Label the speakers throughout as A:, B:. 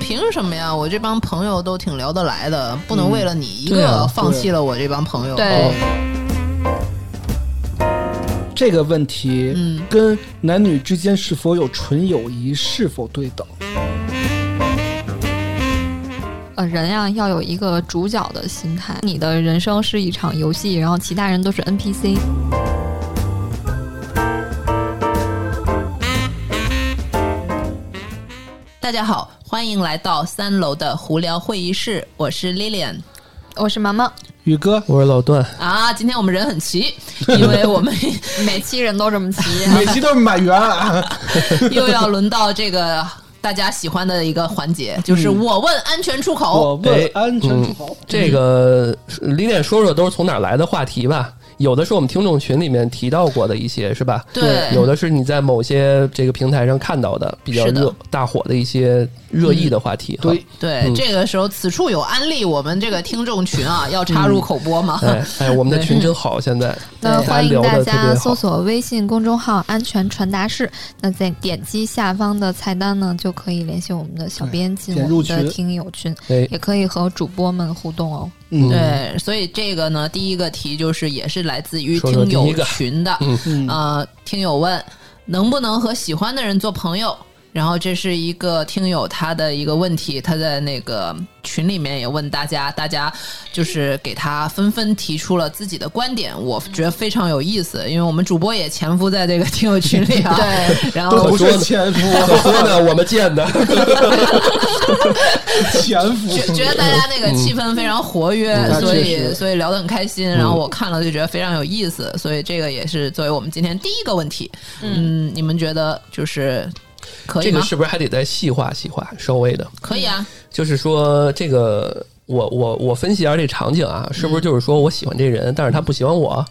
A: 凭什么呀？我这帮朋友都挺聊得来的，不能
B: 嗯
A: 为了你一
B: 对
A: 个
B: 啊
A: 放弃了我这帮朋友。哦
C: 对，
B: 哦这个问题，
A: 哎嗯
B: 跟男女之间是否有纯友谊是否对等？
C: 呃，人呀要有一个主角的心态，你的人生是一场游戏，然后其他人都是 NPC。
A: 大家好，欢迎来到三楼的胡聊会议室，我是 Lilian
C: 我是萌萌，
B: 宇哥，。
D: 我是老段，
A: 啊。今天我们人很齐，因为我们
C: 每期人都这 么齐
B: 每期都是满员啊！
A: 又要轮到这个大家喜欢的一个环节，就是我问安全出
B: 嗯我
A: 口。
B: 问安全出口，
D: 这个李点说说都是从哪儿来的话题吧？有的是我们听众群里面提到过的一些，是吧？
A: 对
D: 有的是你在某些这个平台上看到的比较
A: 是的
D: 热大火的一些热议的话题。哈
B: 对，
A: 对，
D: 嗯
A: 这个时候此处有安利，我们这个听众群啊，要插入口播吗？
B: 嗯
D: 哎哎，我们的群真好，现在 哎
C: 那欢迎
D: 聊
C: 大
D: 的特
C: 家
D: 别
C: 搜
D: 好。
C: 索微信公众号“安全传达室”，那在点击下方的菜单呢，就可以联系我们的小编进
B: 对
C: 我
B: 点入
C: 们的
B: 群
C: 听友群，
D: 哎，
C: 也可以和主播们互动哦。
B: 嗯，
A: 对，所以这个呢，第一个题就是也是来自于
D: 说说
A: 听
D: 第
A: 友
D: 一个
A: 群的，
B: 嗯
A: 呃，听友问能不能和喜欢的人做朋友，然后这是一个听友他的一个问题，他在那个群里面也问大家，大家就是给他纷纷提出了自己的观点，我觉得非常有意思，因为我们主播也潜伏在这个听友群里啊，对，然
B: 都
A: 后
B: 不是潜伏，
D: 可 说呢，我们 见的，
B: 潜伏
A: 觉觉得大家那个气氛非常活跃，
B: 嗯
A: 所
B: 那确
A: 以
B: 实
A: 所以聊得很开心。然后我看了就觉得非常有意思，所以这个也是作为我们今天第一个问题。嗯，你们觉得就是可以
D: 这
A: 吗
D: 个？是不是还得再细化细化，稍微的？
A: 可以啊，
D: 就是说这个。我我我分析一下这场景啊，是不是
C: 嗯
D: 就是说我喜欢这人，但是他不喜欢我？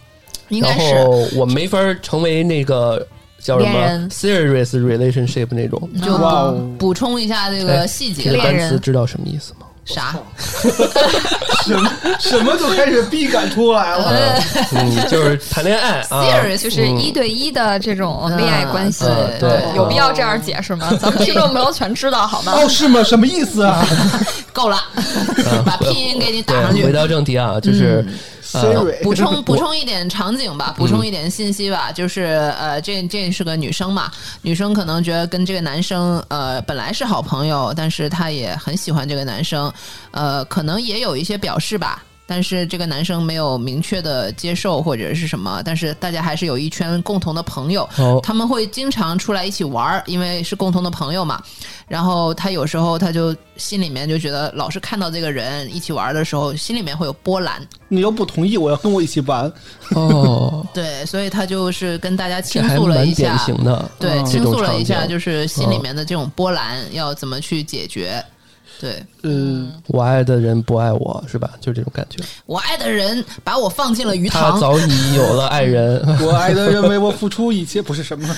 A: 应
D: 然
A: 该是
D: 后我没法成为那个叫什
C: 恋
D: 么
C: 人
D: serious relationship 那种。
A: 就
B: 哇
A: 补
B: 哦
A: 补充一下这个细
D: 这
A: 节
D: 个
A: 吧。
C: 恋
D: 单词
C: 人
D: 知道什么意思吗？
A: 啥？
B: 什么什么就开始逼感出来了。
A: 呃
D: 嗯，就是谈恋爱啊。
A: ，serious
C: 就是一对一的这种恋爱关系，
A: 嗯
D: 呃对对
C: 有必要这样解释吗？咱们听众朋友全知道好
A: 嗯
C: 吗？
B: 哦，是吗？什么意思啊
A: 够了，把拼音给你打上
D: 对，回
A: 去。
D: 到正题啊，就是
B: ？Siri，
A: 补充 补充一点场景吧，补充一点信息吧，就是呃，这这是个女生嘛，女生可能觉得跟这个男生呃本来是好朋友，但是她也很喜欢这个男生，呃，可能也有一些表示吧。但是这个男生没有明确的接受或者是什么，但是大家还是有一圈共同的朋友，
D: 哦
A: 他们会经常出来一起玩儿，因为是共同的朋友嘛。然后他有时候他就心里面就觉得，老是看到这个人一起玩儿的时候，心里面会有波澜，
B: 你又不同意，我要跟我一起玩。
D: 哦，
A: 对，所以他就是跟大家
D: 这
A: 嗯倾
D: 还
A: 诉了
D: 蛮
A: 一
D: 典
A: 下，
D: 型的，嗯
A: 对，
B: 嗯
D: 这
A: 倾
D: 种
A: 诉了一
D: 场
A: 下，
D: 景嗯
A: 就是心里面的这种波澜要怎么去解决。对
B: 嗯，
D: 我爱的人不爱我是吧？就这种感觉。
A: 我爱的人把我放进了鱼
D: 他
A: 塘，
D: 早已有了爱人，
B: 我爱的人为我付出一切，不是什么。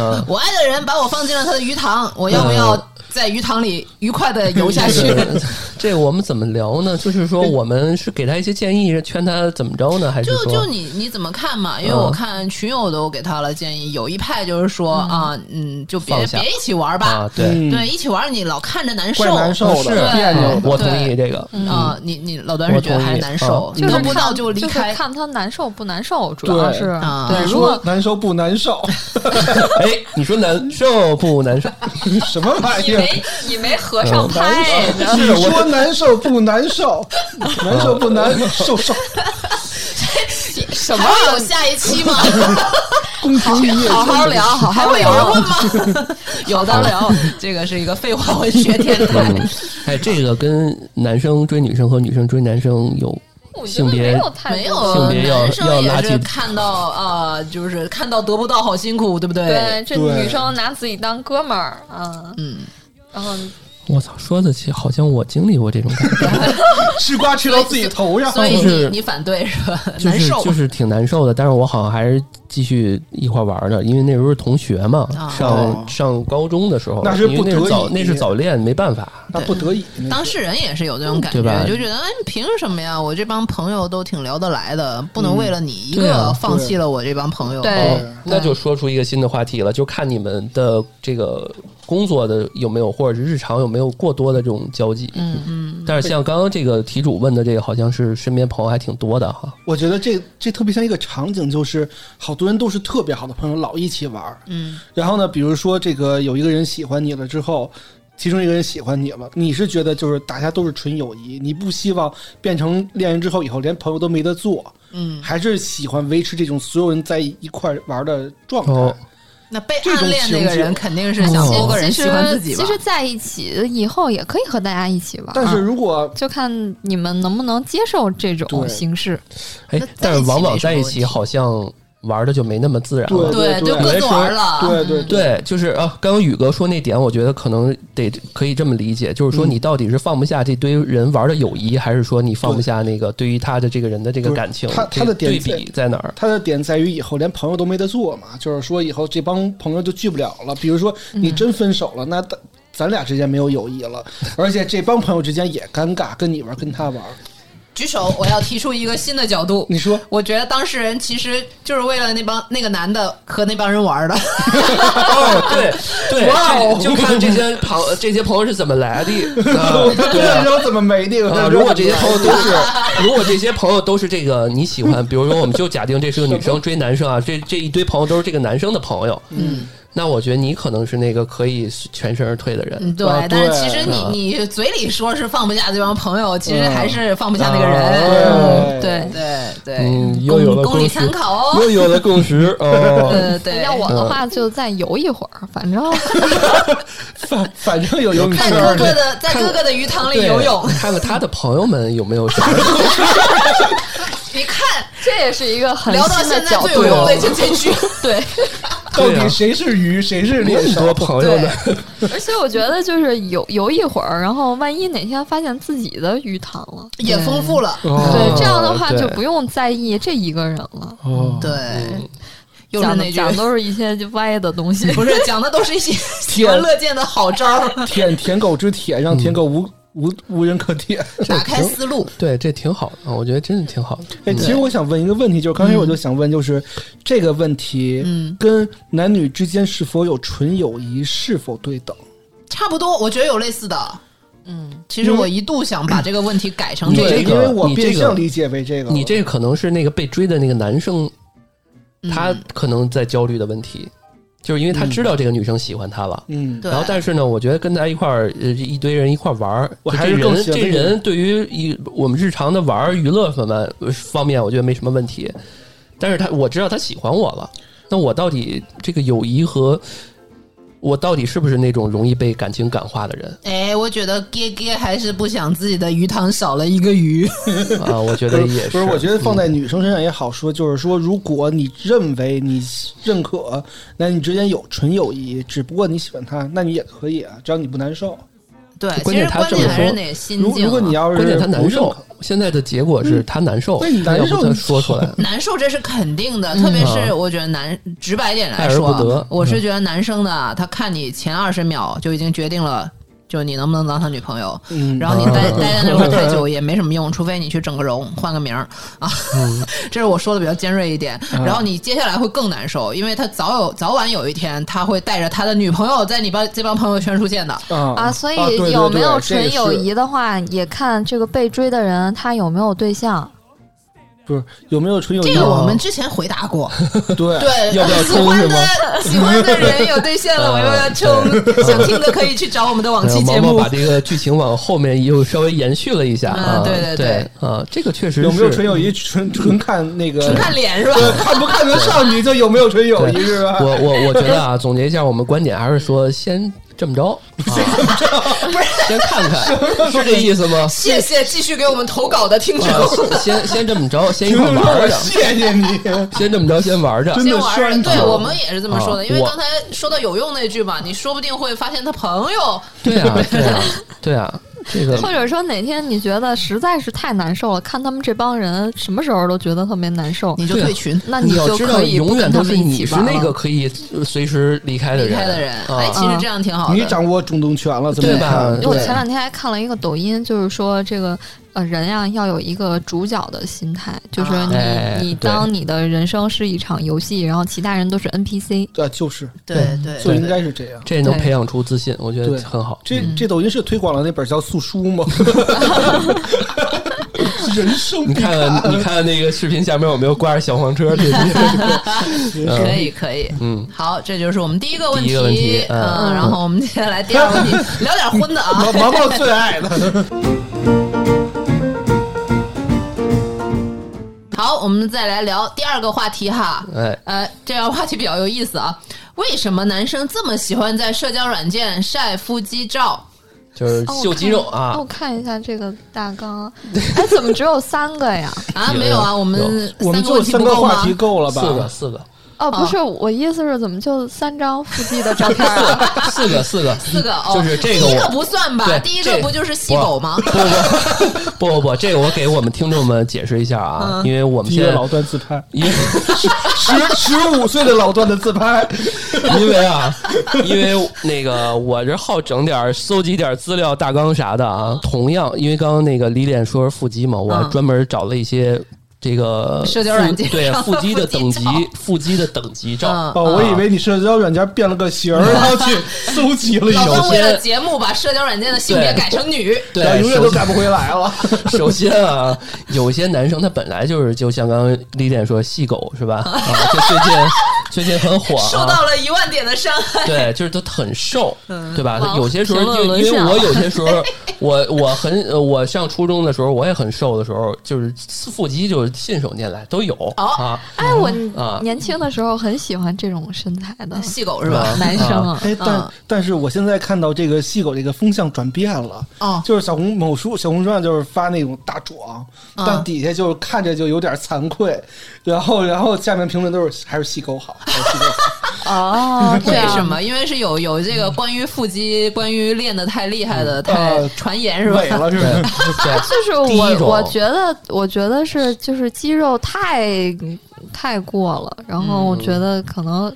D: 嗯，
A: 我爱的人把我放进了他的鱼塘，我要不要在鱼塘里愉快的游 下去？
D: 这个我们怎么聊呢？就是说，我们是给他一些建议，劝他怎么着呢？还是
A: 就
D: 说，
A: 就你你怎么看嘛？因为
D: 嗯
A: 我看群友都给他了建议，有一派就是说啊，嗯，就别
D: 放下
A: 别一起玩
D: 啊
A: 吧，，
D: 对，
B: 嗯
A: 对，一起玩你老看着难受
B: 怪，难受
D: 是
B: 的，别扭的。
D: 嗯我同意这个，
A: 啊，你你老段是觉得还是难受
D: 我，
C: 嗯
D: 哦
C: 就
A: 得
C: 是
A: 不到
C: 看
A: 就离
C: 是
A: 开，
C: 看他难受不难受，主要
B: 对
C: 是
A: 啊
C: 对。如
B: 说
C: 果
B: 难受不难受？
D: 哎，你说难受不难受？
B: 什么玩
C: 你
B: 意儿？
C: 没你没合
A: 嗯
C: 上拍，
A: 哎
C: 你知道吗
B: 你说难受不难 受？难受不难
A: 啊
B: 受？受
C: 什么
A: 还？会有下一期 吗？
B: 宫廷一夜
C: 好好聊，好
A: 啊还
C: 好
A: 会有人
C: 聊
A: 问。吗？ 有的聊，这个是一个废话文学天台。
D: 嗯， 哎，这个跟男生追女生和女生追男生有
C: 我觉
D: 性
C: 得
D: 别
C: 没有太
A: 没
C: 多
A: 有啊
D: 性别要
A: 男生
D: 要
A: 也
D: 拉
A: 是
D: 近
A: 看到呃，就是看到得不到好辛苦，对不对？
C: 对，这
B: 对
C: 女生拿自己当哥们儿啊，
A: 嗯，
C: 然后
D: 我操，说的起好像我经历过这种感觉，
B: 吃瓜吃到自己头上。
A: 所以你
D: 就是
A: 你反对是吧？
D: 就
A: 难
D: 是
A: 受
D: 就是挺难受的。但是我好像还是继续一块玩的，因为那时候是同学嘛，
A: 啊
B: 哦
D: 上上高中的时候，
B: 那是
D: 因为
B: 不
D: 那
B: 得
D: 是早
B: 已
D: 那是早恋，没办法。
B: 那啊不得已，
A: 当事人也是有这种感
D: 对吧
A: 觉，就觉得哎，凭什么呀？我这帮朋友都挺聊得来的，不能为了你一
D: 嗯对
A: 个
D: 啊
A: 放弃了我这帮朋友。
C: 对
D: 哦，那就说出一个新的话题了，就看你们的这个工作的有没有，或者是日常有没有过多的这种交集。
C: 嗯
D: 嗯。但是像刚刚这个题主问的这个，好像是身边朋友还挺多的哈。
B: 我觉得这这特别像一个场景，就是好多人都是特别好的朋友，老一起玩儿。
A: 嗯，
B: 然后呢，比如说这个有一个人喜欢你了之后，其中一个人喜欢你了，你是觉得就是大家都是纯友谊，你不希望变成恋人之后以后连朋友都没得做，
A: 嗯，
B: 还是喜欢维持这种所有人在一块儿玩的状态。
D: 哦
A: 那被
B: 这种
A: 暗恋那个
B: 情
A: 人
B: 景
A: 肯定是想
D: 哦
A: 嗯多个人
C: 其
A: 喜
C: 实
A: 欢自己吧
C: 其？实在一起以后也可以和大家一起玩，
B: 但是如果
C: 就看你们能不能接受这种
B: 对
C: 形式。
D: 哎
A: 那在一起，
D: 但是往往
A: 没什么
D: 在一
A: 问题
D: 起好像玩的就没那么自然了。
A: 对，
B: 对
A: 就
B: 对
A: 各自玩了。
B: 对对
D: 对，就是啊，刚刚宇哥说那点，我觉得可能得可以这么理解，就是说你到底是放不下这堆人玩的友谊，还是说你放不下那个对于他的这个人的这个
B: 对
D: 感情？
B: 他
D: 这
B: 他的
D: 个对
B: 点在
D: 比在哪儿？
B: 他的点在于以后连朋友都没得做嘛，就是说以后这帮朋友就聚不了了。比如说你
A: 嗯
B: 真分手了，那咱咱俩之间没有友谊了，而且这帮朋友之间也尴尬，跟你玩跟他玩。
A: 举手，我要提出一个新的角度。
B: 你说
A: 我觉得当事人其实就是为了那帮那个男的和那帮人玩的。
D: 哦，对对，
B: 哇哦
D: 这就看这些朋这些朋友是怎么来的。啊对
B: 那时候怎么没那个？
D: 啊，如果这些朋友都是，如果这些朋友都是这个你喜欢，比如说我们就假定这是个女生追男生啊，这这一堆朋友都是这个男生的朋友，嗯，那我觉得你可能是那个可以全身而退的
C: 嗯
D: 人，
A: 对
B: 啊
A: 但是
B: 对
A: 其实
D: 啊嗯
A: 你你嘴里说是放不下这帮朋友，其实还是放不下那个人。
D: 啊
A: 嗯
B: 对
C: 对，
A: 对对，
D: 嗯又有
A: 供
D: 了
A: 供你
D: 共识
A: 参考哦。
D: 又有了共识 哦。
A: 对嗯对，
C: 哎要我的话就再游一会儿，反正
B: 反 反正有有你
A: 在
B: 事
A: 哥
B: 儿
A: 哥的在哥哥的鱼塘里
D: 啊对
A: 游泳，
D: 看看他的朋友们有 没有什么
A: 你看
C: 这也是一个很
A: 聊到
C: 新的
A: 现在
C: 角
A: 最
C: 度哦
A: 有。用的
D: 对
A: 就这 句，对，
B: 到
D: 啊
B: 底谁是鱼，谁是
D: 那
B: 猎
D: 么
B: 手
D: 多？朋友呢？
C: 而且我觉得就是游游一会儿，然后万一哪天发现自己的鱼塘了，
A: 也丰富了。
D: 哦
C: 对，这样的话
D: 对
C: 就不用在意这一个人了。
D: 哦
A: 对，又是
C: 讲
A: 那
C: 的
A: 句
C: 讲都是一些就歪的东 西。
A: 不是讲的都是一 些喜闻乐见的好招儿，
B: 舔舔狗之舔，让舔狗无无无人可舔。
A: 打开思路。
D: 对，这挺好的，我觉得真的挺好的。
B: 哎，其实我想问一个问题，就是刚才我就想问，就是、这个问题，
A: 嗯，
B: 跟男女之间是否有纯友谊是否对等？
A: 差不多，我觉得有类似的。嗯，其实我一度想把这个问题改成
D: 你
A: 这个，
D: 这个
B: 因为我
D: 你这个
B: 变相理解为这个了，
D: 你这可能是那个被追的那个男生，
A: 嗯
D: 他可能在焦虑的问题，就是因为他知道这个女生喜欢他了。
B: 嗯，
A: 对
D: 然后，但是呢，我觉得跟他一块儿，呃，一堆人一块儿玩儿，
B: 我
D: 就
B: 还
D: 这
B: 是更
D: 人
B: 喜欢
D: 这
B: 那个
D: 人对于一我们日常的玩儿娱乐方面呃方面，我觉得没什么问题。但是他我知道他喜欢我了，那我到底这个友谊和我到底是不是那种容易被感情感化的 人
A: 哎，我觉得爹爹还是不想自己的鱼塘少了一个鱼。
D: 啊？我觉
B: 不
D: 得
B: 是
D: 也嗯
B: 不是，我觉得放在女生身上也好说，就是说，如果你认为你认可男女之间有纯友谊，只不过你喜欢他，那你也可以啊，只要你不难受。
A: 对，
D: 关
A: 其
D: 键
A: 实
D: 他
A: 关
D: 这么
A: 键还是
D: 说
A: 那心
B: 如
A: 境啊。
B: 如果你要是
D: 关键他难
B: 不认
D: 受
B: 可，，
D: 现在的结果是他难受，
B: 对
D: 他
B: 难
D: 要
B: 受
D: 不他说出来，
A: 难受，这是肯定的，特别是我觉得男直白一点来
D: 嗯啊爱而不
A: 说
D: 得，嗯
A: 我是觉得男生的啊他看你前二十秒就已经决定了。就是你能不能当他女朋友，
B: 嗯
A: 然后你 待
D: 嗯
A: 待在那块儿太久也没什么用，除非你去整个容，换个名儿啊。
D: 嗯
A: 这是我说的比较尖锐一点。然后你接下来会更难受，因为他早有早晚有一天，他会带着他的女朋友在你帮这帮朋友圈出现
D: 哎
A: 的。
B: 啊
C: 啊，所以
B: 对对
C: 有
B: 对
C: 没有
B: 这个
C: 纯友
B: 是
C: 谊的话，也看这个被追的人他有没有对象。
B: 不是有没有纯友谊？
A: 这个我们之前回答 过，
B: 对
A: 对，
D: 要不要
A: 喜
D: 冲
A: 欢
D: 是吗啊
A: 的喜欢的人有对 象了，我要不要冲？想听的可以去找我们的往期
D: 呃
A: 节
D: 毛毛
A: 目
D: 把。这个剧情往后面又稍微延续了一下
A: 嗯
D: 啊，
A: 对对对
D: 啊，这个确实
B: 有没有
D: 是
B: 纯友谊？纯纯看那个
A: 纯看脸是吧？
B: 对 看不看得上你，就有没有纯友谊是吧？
D: 我我我觉得啊，总结一下我们观点，还是说先这么着，啊、先看看，是这意思吗？
A: 谢谢继续给我们投稿的听众。
D: 啊、先先这么着，先一
B: 评
D: 块
B: 论
D: 玩
B: 说
D: 儿
B: 我
D: 着，
B: 谢谢你，
D: 先这么着，先玩儿着。
B: 真
A: 先
B: 的
A: 玩
B: 宣
A: 儿，对
B: 传
A: 我们也是这么说的，
D: 啊
A: 因为
D: 我
A: 刚才说到有用那句嘛，你说不定会发现他朋友
D: 对啊，对啊，对啊，这个
C: 或者说哪天你觉得实在是太难受了，看他们这帮人什么时候都觉得特别难受，
A: 你就退群，
C: 那
D: 你要
C: 就
D: 知道，
C: 可以不
D: 永远
C: 跟
D: 都
C: 他
D: 是
C: 们一
D: 你
C: 起
D: 是
C: 玩
D: 那个
C: 了。
D: 可以呃随时离开的
A: 离
D: 人，
A: 开的人，
D: 啊
A: 哎，其实这样挺好的。
B: 你掌握主动权了，怎么
D: 对吧
B: 看
D: 对
C: 我前两天还看了一个抖音，就是说这个呃，人呀要有一个主角的心态，就是
A: 啊
C: 你、
D: 哎
C: 你
D: 对
C: 当你的人生是一场游戏，然后其他人都是 NPC，
B: 对，啊就是
A: 对对，
B: 就应该是这样。
D: 这能
C: 对
D: 培养出自信，我觉得
B: 对
D: 很好。
B: 这这抖音是推广了那本叫《素书》吗？人生
D: 你看看，你看看那个视频下面有没有挂着小黄车？这 些
A: 可以可以，
D: 嗯，
A: 好，这就是我们第一个问
D: 第一个问题嗯
A: 嗯，然后我们接下来第二个问题， 聊点荤的啊
B: 毛。毛毛最爱的，
A: 好，我们再来聊第二个话题哈。
D: 哎，
A: 呃，这个话题比较有意思啊。为什么男生这么喜欢在社交软件晒腹肌照？
D: 就是
C: 哦我
D: 秀肌肉
C: 看哦
D: 啊
C: 我，看一下这个大纲，哎，怎么只有三个 呀？
A: 啊，
D: 有
A: 没有啊，
D: 哎有
A: 我们
B: 我
A: 三
B: 们
A: 个问
B: 就
A: 题
B: 三
A: 不
B: 个
A: 够
B: 话
A: 吗
B: 题？够了
D: 四个
B: 吧？
D: 四个
C: 哦，不是，我意思是怎么就三张腹肌的照片啊？
D: 四个四个，
A: 四个哦，
D: 就是这
A: 第
D: 个
A: 一个
D: 我。
A: 不算吧？
D: 对
A: 第一个
D: 这
A: 不就是细狗 吗？
D: 不不不不，这个我给我们听众们解释一下啊，
A: 嗯
D: 因为我们
B: 第一
D: 现
B: 个
D: 在
B: 老段自拍，
D: 因为
B: 十十五岁的老段的自拍，
D: 因为啊，因为那个我这好整点儿搜集点儿资料大纲啥的啊。同样，因为刚刚那个李脸说是腹肌嘛，我还
A: 嗯
D: 专门找了一些这个
A: 社交
D: 腹
A: 软件
D: 对
A: 上的
D: 腹肌
A: 腹肌
D: 的等级
A: 照，
D: 腹肌的等级照。
A: 嗯，
B: 哦，我以为你社交软件变了个形儿，然后 去搜集了一
A: 老
B: 下，
A: 段
D: 首
A: 为
D: 先
A: 了节目把社交软件的性别
D: 对啊
A: 改成女。
D: 对
B: 然后，永远
D: 首
B: 都
D: 先
B: 改不回来了。
D: 首先啊，有些男生他本来就是，就像刚刚李脸说细狗是吧？啊，这最近最近很火、啊，
A: 受到了一万点的伤 害，
D: 对，就是他很瘦，对吧？
C: 哇
D: 他有些
C: 嗯
D: 时
C: 评
D: 候
C: 论
D: 就
C: 沦
D: 因为
C: 陷
D: 我
C: 了
D: 有些时候，我我很呃我上初中的时候，我也很瘦的时候，就是腹肌就是信手拈来都有、 啊，
C: 哎，我
D: 啊
C: 年轻的时候很喜欢这种身材的
A: 细狗是吧
D: 啊？
C: 男生哎啊，
B: 哎，但
A: 嗯
B: 但是我现在看到这个细狗这个风向转变了，
A: 哦
B: 就是小红某书小红书上就是发那种大壮，
A: 嗯
B: 但底下就是看着就有点惭愧，然后然后下面评论都是还是细狗好，还是细狗好，
C: 哦，这
A: 为
C: 样
A: 什？么？因为是有有这个关于腹肌、关于练的太厉害的
D: 嗯
A: 太
D: 啊
B: 呃
A: 传言是吧？
B: 萎了是
D: 对
B: 吧？
D: 对
C: 就是
D: 第一种
C: 我，我觉得，我觉得是就是肌肉太太过了，然后我觉得可能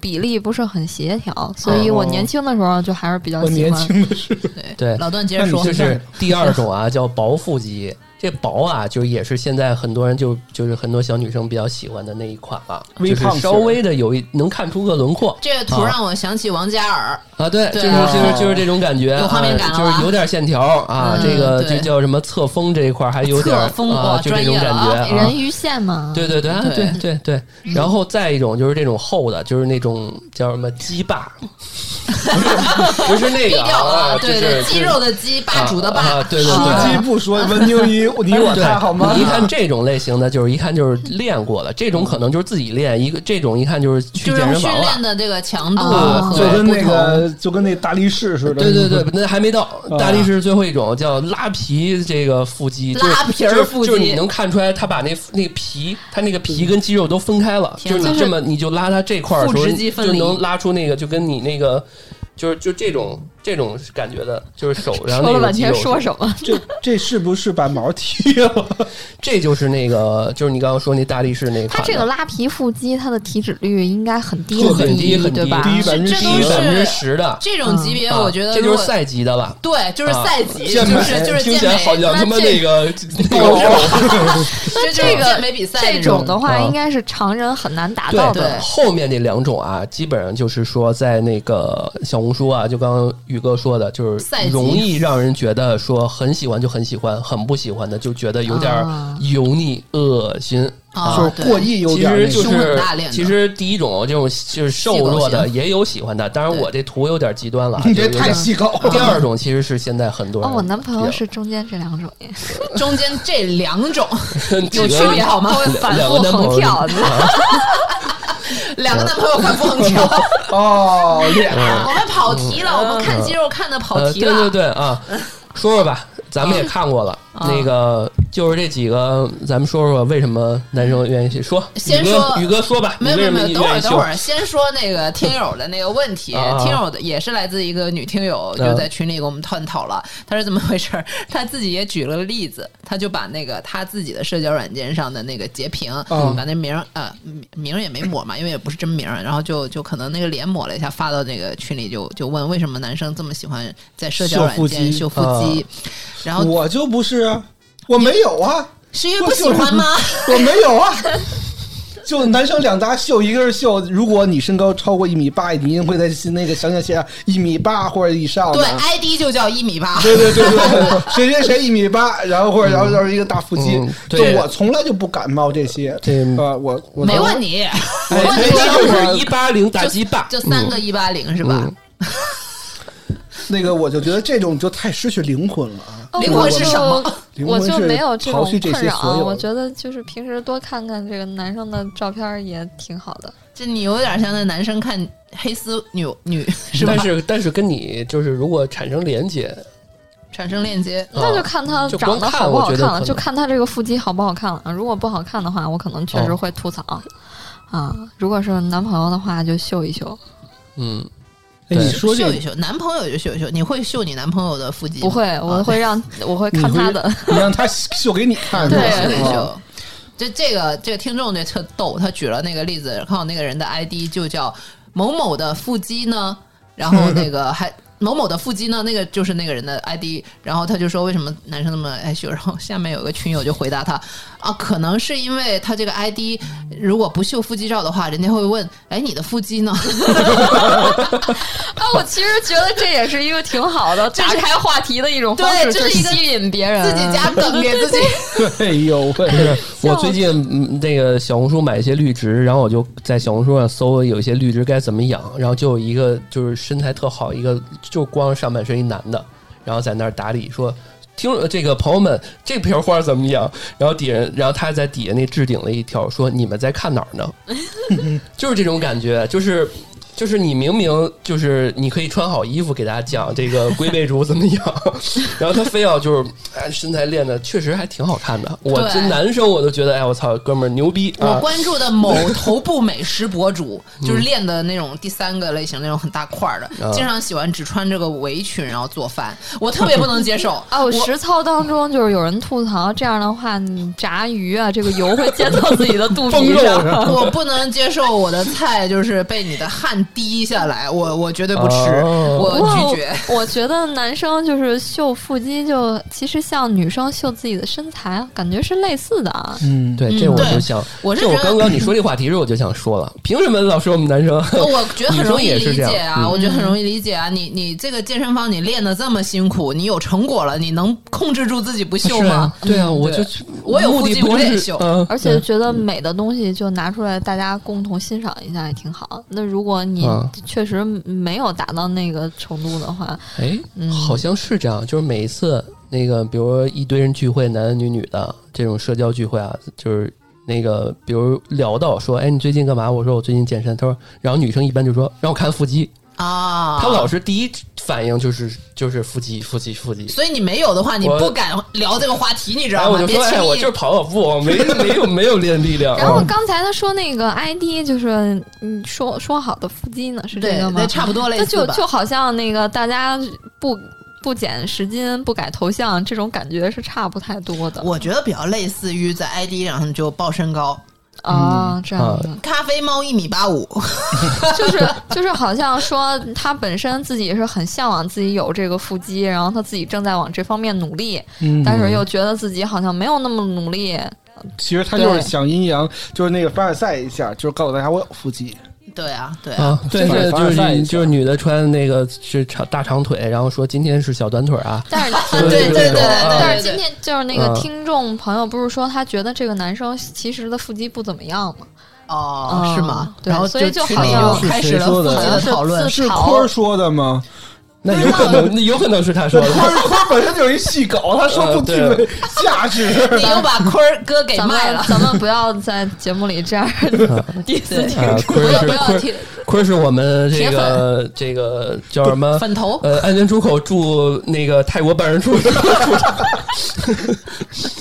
C: 比例不是很协
D: 嗯
C: 调，所以我年轻的时候就还是比
D: 哦
C: 较
B: 我
C: 喜
B: 年
C: 欢。
B: 轻的时候，
D: 对
A: 老段接着
B: 那你
A: 说，
D: 就
B: 现在
D: 是第二种啊，叫薄腹肌。 这薄啊，就也是现在很多人就就是很多小女生比较喜欢的那一款了、
B: 微
D: 就是
B: 胖型
D: 稍微的有一能看出个轮廓。
A: 这个图
D: 啊
A: 让我想起王嘉尔，
D: 啊，对，
A: 对
D: 就是就是就是这种感觉，
A: 有画面感
D: 啊
A: 了
D: 就是有点线条啊
A: 嗯，
D: 这个
A: 对
D: 这叫什么侧风这一块还有点
A: 侧风哇
D: 啊，就这
A: 专
D: 种
A: 业
D: 感
A: 了啊
D: 觉 啊
C: 人。鱼线嘛，
D: 对对对啊，对
A: 对嗯
D: 对对，然后再一种就是这种厚的，就是那种 叫什么鸡霸，不是 那
A: 低
D: 个
A: 调
D: 啊，
A: 啊，
D: 就
A: 对
D: 是
A: 对，
D: 就是
A: 肌肉的肌，霸主的
D: 啊啊
A: 霸，
D: 对对对，
B: 腹肌不说，文宁你 你我他好吗
D: 对？你一看这种类型的，就是一看就是练过的，这种可能就是自己练，一个这种一看就是去
A: 就
D: 健
A: 是
D: 身
A: 训
D: 房了
A: 练。的这个强度
C: 啊
A: 和
B: 就跟
A: 不
B: 那
A: 同。
B: 个就跟那大力士似的，
D: 对
A: 嗯
D: 对对，那还没到
B: 啊
D: 大力士最后一种叫拉皮这个腹肌，就是
A: 拉皮儿腹肌
D: 就是就是你能看出来他把那那皮，他那个皮跟肌肉都分开了，
A: 天
D: 就
A: 哪
D: 是你这么你就拉他这块儿的时候，
A: 腹直肌分
D: 就
A: 离
D: 能拉出那个就跟你那个就是就这种这种感觉的，就是手然后
C: 说
D: 那
C: 了
D: 个
C: 半
D: 肌
C: 天
D: 肉
C: 说什 么？
B: 这这是不是把毛剃了？
D: 这就是那个就是你刚刚说那大力士那
C: 他
D: 款
C: 这个
D: 的。
C: 拉皮腹肌，它的体脂率应该很低
D: 就很低很低
C: 对吧？
D: 低
B: 百分之
A: 这都
D: 低于
A: 是
D: 百分之十的，
A: 这种级别，我觉得
D: 啊这
A: 如
D: 就
A: 果
D: 是赛级的了。
A: 对，就是
D: 啊
A: 赛级，
B: 健
A: 就
B: 美
A: 是就是
D: 听起
A: 健
D: 来
A: 美，
D: 好像他妈那个哦
A: 狗肉，这
C: 那这
A: 个健美
C: 个
A: 比赛
C: 这种的话，
D: 啊
C: 应该是常人很难达
D: 对
C: 到
A: 对
C: 的。
D: 后面那两种啊，基本上就是说在那个小红书啊，就刚刚宇哥说的，就是
A: 赛级
D: 容易让人觉得说很喜欢就很喜欢，很不喜欢的就觉得有点
C: 啊
D: 油腻、恶心
A: 啊
D: 啊
B: 就。是过亿有
D: 其
B: 点
D: 实
B: 那
D: 就
B: 种，
A: 胸很
D: 是
A: 大练，的
D: 其实第一种这种就是瘦弱的也有喜欢的，当然我这图有点极端了啊，
B: 你
D: 就
B: 这
D: 是有
B: 太
D: 点
B: 细狗了。
D: 第二种其实是现在很多
C: 哦
D: 人，，
C: 我男朋友
D: 比较
C: 是中间这两种耶，
A: 中间这两 种
D: 几个
A: 有区别好吗
C: 他会反
D: 两
C: 复
D: 个男朋友
C: 横跳，
A: 两个男朋友快不横跳，
B: 哦，脸
A: 我们跑题了，我们看肌肉看的跑
D: 嗯呃，
A: 题
D: 对对
A: 了，
D: 对啊，说说吧，咱们也
A: 嗯
D: 看过了，那个就是这几个，咱们说说为什么男生愿意去说。
A: 先
D: 宇哥
A: 说
D: 宇哥说吧，
A: 没有
D: 你
A: 没
D: 为
A: 有
D: 什么
A: 没有，等会儿
D: 愿意秀
A: 等会儿，先说那个听友的那个问题
D: 啊啊，啊
A: 听友的也是来自一个女听友，
D: 嗯
A: 就在群里给我们探讨了，她是怎么回事儿， 她自己也举了个例子，她就把那个她自己的社交软件上的那个截屏，
B: 嗯
A: 把那名儿呃名名儿也没抹嘛，因为也不是真名儿，然后就就可能那个脸抹了一下，发到那个群里就就问为什么男生这么喜欢在社交
B: 秀
A: 软
B: 腹
A: 件
B: 肌
A: 秀腹肌，然后
B: 我就不是啊，我没有 啊，
A: 是因为不喜欢吗？
B: 我没有啊。就男生两大秀，一个是秀，如果你身高超过一米八，你一定会在那个详情写一米八或者以上的
A: 对。，ID 就叫一米八。
B: 对对对对 对，谁谁谁一米八，然后或者然后就是一个大腹肌
D: 嗯，
B: 就
D: 对
B: 我从来就不感冒这些。
D: 对
B: 呃，我我
A: 没问你，我
D: 哎，
A: 问
D: 那
A: 你是
D: 就是一八零大鸡巴，
A: 就三个一八零是吧？
B: 那个，我就觉得这种就太失去灵魂了啊！
C: 哦
A: 灵魂是什么？
B: 灵
C: 我
B: 魂
C: 就是没有这种
B: 刨去这
C: 困
B: 些
C: 扰
B: 所
C: 啊，
B: 有的，
C: 我觉得就是平时多看看这个男生的照片儿也挺好的。
A: 这你有点像那男生看黑丝女女是吧
D: 但？是但是跟你就是如果产生连接，
A: 产生链接，
B: 啊
D: 哦
C: 那就看他
D: 就
C: 长
D: 光
C: 得
D: 看
C: 好不
D: 我
C: 好
D: 觉得
C: 看
D: 可
C: 了，
D: 能
C: 就看他这个腹肌好不好看了。啊如果不好看的话，我可能
B: 哦
C: 确实会吐槽。啊，如果是男朋友的话，就秀一秀，
D: 嗯，
B: 哎
D: 对
B: 你说这
A: 秀
B: 个
A: 一，秀，男朋友就秀一秀，你会秀你男朋友的腹肌吗？
C: 不会，我 会让我会
B: 啊你
C: 看他
B: 会
C: 的。
B: 你让他秀给你看，
C: 对
B: 是吧
A: 对，
B: 啊
A: 就这这个这个听众就特逗，他举了那个例子，然后那个人的 ID 就叫某某的腹肌呢，然后那个还。 某某的腹肌呢？那个就是那个人的 ID，然后他就说为什么男生那么爱秀？然后下面有个群友就回答他啊，可能是因为他这个 ID 如果不秀腹肌照的话，人家会问，哎，你的腹肌呢？
C: 啊，我其实觉得这也是一个挺好 的
A: 这
C: 打
A: 是
C: 开话题的一种
A: 对
C: 方式，
A: 这
C: 就是
A: 一个
C: 吸引别人。。
A: 自己加梗给自己。
B: 哎呦喂，
D: 我最近嗯那个小红书买一些绿植，然后我就在小红书上搜有一些绿植该怎么养，然后就有一个就是身材特好，一个就光上半身一男的，然后在那儿打理说。听呃这个朋友们，这瓶花怎么养？然后底下，然后他在底下那置顶了一条说：“你们在看哪儿呢？”就是这种感觉，就是就是你明明就是你可以穿好衣服给大家讲这个龟背竹怎么养， 然后他非要就是哎身材练的确实还挺好看的，我
A: 对
D: 这男生我都觉得哎我操哥们儿牛逼
A: 我
D: 啊！嗯
A: 关注的某头部美食博主，就是练的那种第三个类型那种很大块儿的，
D: 啊
A: 经常喜欢只穿这个围裙然后做饭，我特别不能接 受
C: 啊，我实操当中就是有人吐槽，这样的话，你炸鱼啊，这个油会溅到自己的 肚
B: 崩
C: 皮
B: 肉
C: 上
B: 是。吧
A: 我不能接受我的菜就是被你的汗滴下来，我我绝对不吃，
D: 哦
C: 不过
A: 我拒绝。
C: 我觉得男生就是秀腹肌就，其实像女生秀自己的身材，啊感觉是类似的啊。
B: 嗯，
D: 对，
C: 嗯
D: 这我
A: 对
D: 就想，
A: 我是
D: 这我
A: 觉得
D: 刚刚你说这话题时候我就想说 了，凭什么老说我们男生？
A: 我觉得很容易理解
D: 女生也是这
A: 啊，
D: 样嗯
A: 我觉得很容易理解啊。你你这个健身房你练的这么辛苦，你有成果了，你能控制住自己不秀
D: 是
A: 吗
D: 啊？对啊，我
A: 对
D: 就
A: 我有
D: 目
A: 腹
D: 的
A: 肌
D: 不
A: 我也
D: 是
A: 秀
D: 嗯
C: 而且觉得美的东西就拿出来，大家共同欣赏一下也挺好。那如果你
D: 嗯
C: 确实没有达到那个程度的话，
A: 嗯
D: 哎，好像是这样，就是每一次那个，比如一堆人聚会，男男女女的这种社交聚会啊，就是那个，比如聊到说，哎，你最近干嘛？我说我最近健身。他说，然后女生一般就说让我看腹肌，
A: 啊，
D: 他们老是第一反应就是就是腹肌，腹肌，腹肌。
A: 所以你没有的话，你
D: 我
A: 不敢聊这个话题，你知
D: 然
A: 道
D: 后我
A: 吗？
D: 就
A: 别
D: 说，哎，
A: 轻
D: 我
A: 易
D: 就是跑跑步，我没没有没有练力量。
C: 然后
D: 嗯
C: 刚才他说那个 ID 就是你说说好的腹肌呢，是这
A: 对
C: 个，吗
A: 那？差不多类
C: 那
A: 似
C: 就
A: 吧。
C: 就好像那个大家不不减十斤不改头像，这种感觉是差不太多的
A: 我觉得比较类似于在 ID 上就报身高，嗯
C: 啊。这样的、
A: 咖啡猫一米八五，
C: 就是就是好像说他本身自己是很向往自己有这个腹肌，然后他自己正在往这方面努力，
B: 嗯
C: 但是又觉得自己好像没有那么努 力。
B: 其实他就是想阴阳，就是那个凡尔赛一下，就是告诉大家我有腹肌。
A: 对啊，对啊，
D: 啊，对
B: 凡
D: 对，就
B: 尔赛一
D: 是
B: 下
D: 就是女的穿那个是长大长腿，然后说今天是小短腿啊，
C: 但 是
A: 对对对对对
C: 但
A: 对
C: 是今
A: 对。
C: 天就是那个
D: 嗯
C: 听众朋友不是说他觉得这个男生其实的腹肌不怎么样吗？
A: 哦，是吗？
C: 对
A: 然后
C: 所以
A: 就
C: 就
A: 群
C: 好
A: 里
C: 像
A: 又
B: 是
A: 开
B: 谁
A: 始了
B: 说
A: 腹
B: 的
A: 肌的讨论
C: 好像，
B: 是
C: 好
B: 坤儿说的吗？
D: 那有可能，那有可能是他说
B: 这
D: 的。
B: 坤儿坤儿本身就是一细狗，他说不具
D: 呃
B: 备价值。
A: 你又把坤儿哥给
C: 咱们
A: 卖了，
C: 咱们不要在节目里 这样 diss 听
D: 啊，
C: 众，
D: 坤
C: 不
D: 儿
C: 要
D: 是
C: 不要
D: 坤儿
C: 听。
D: 坤儿是我们这个这个叫什么？
A: 粉头
D: 呃，安全出口驻那个泰国办事处，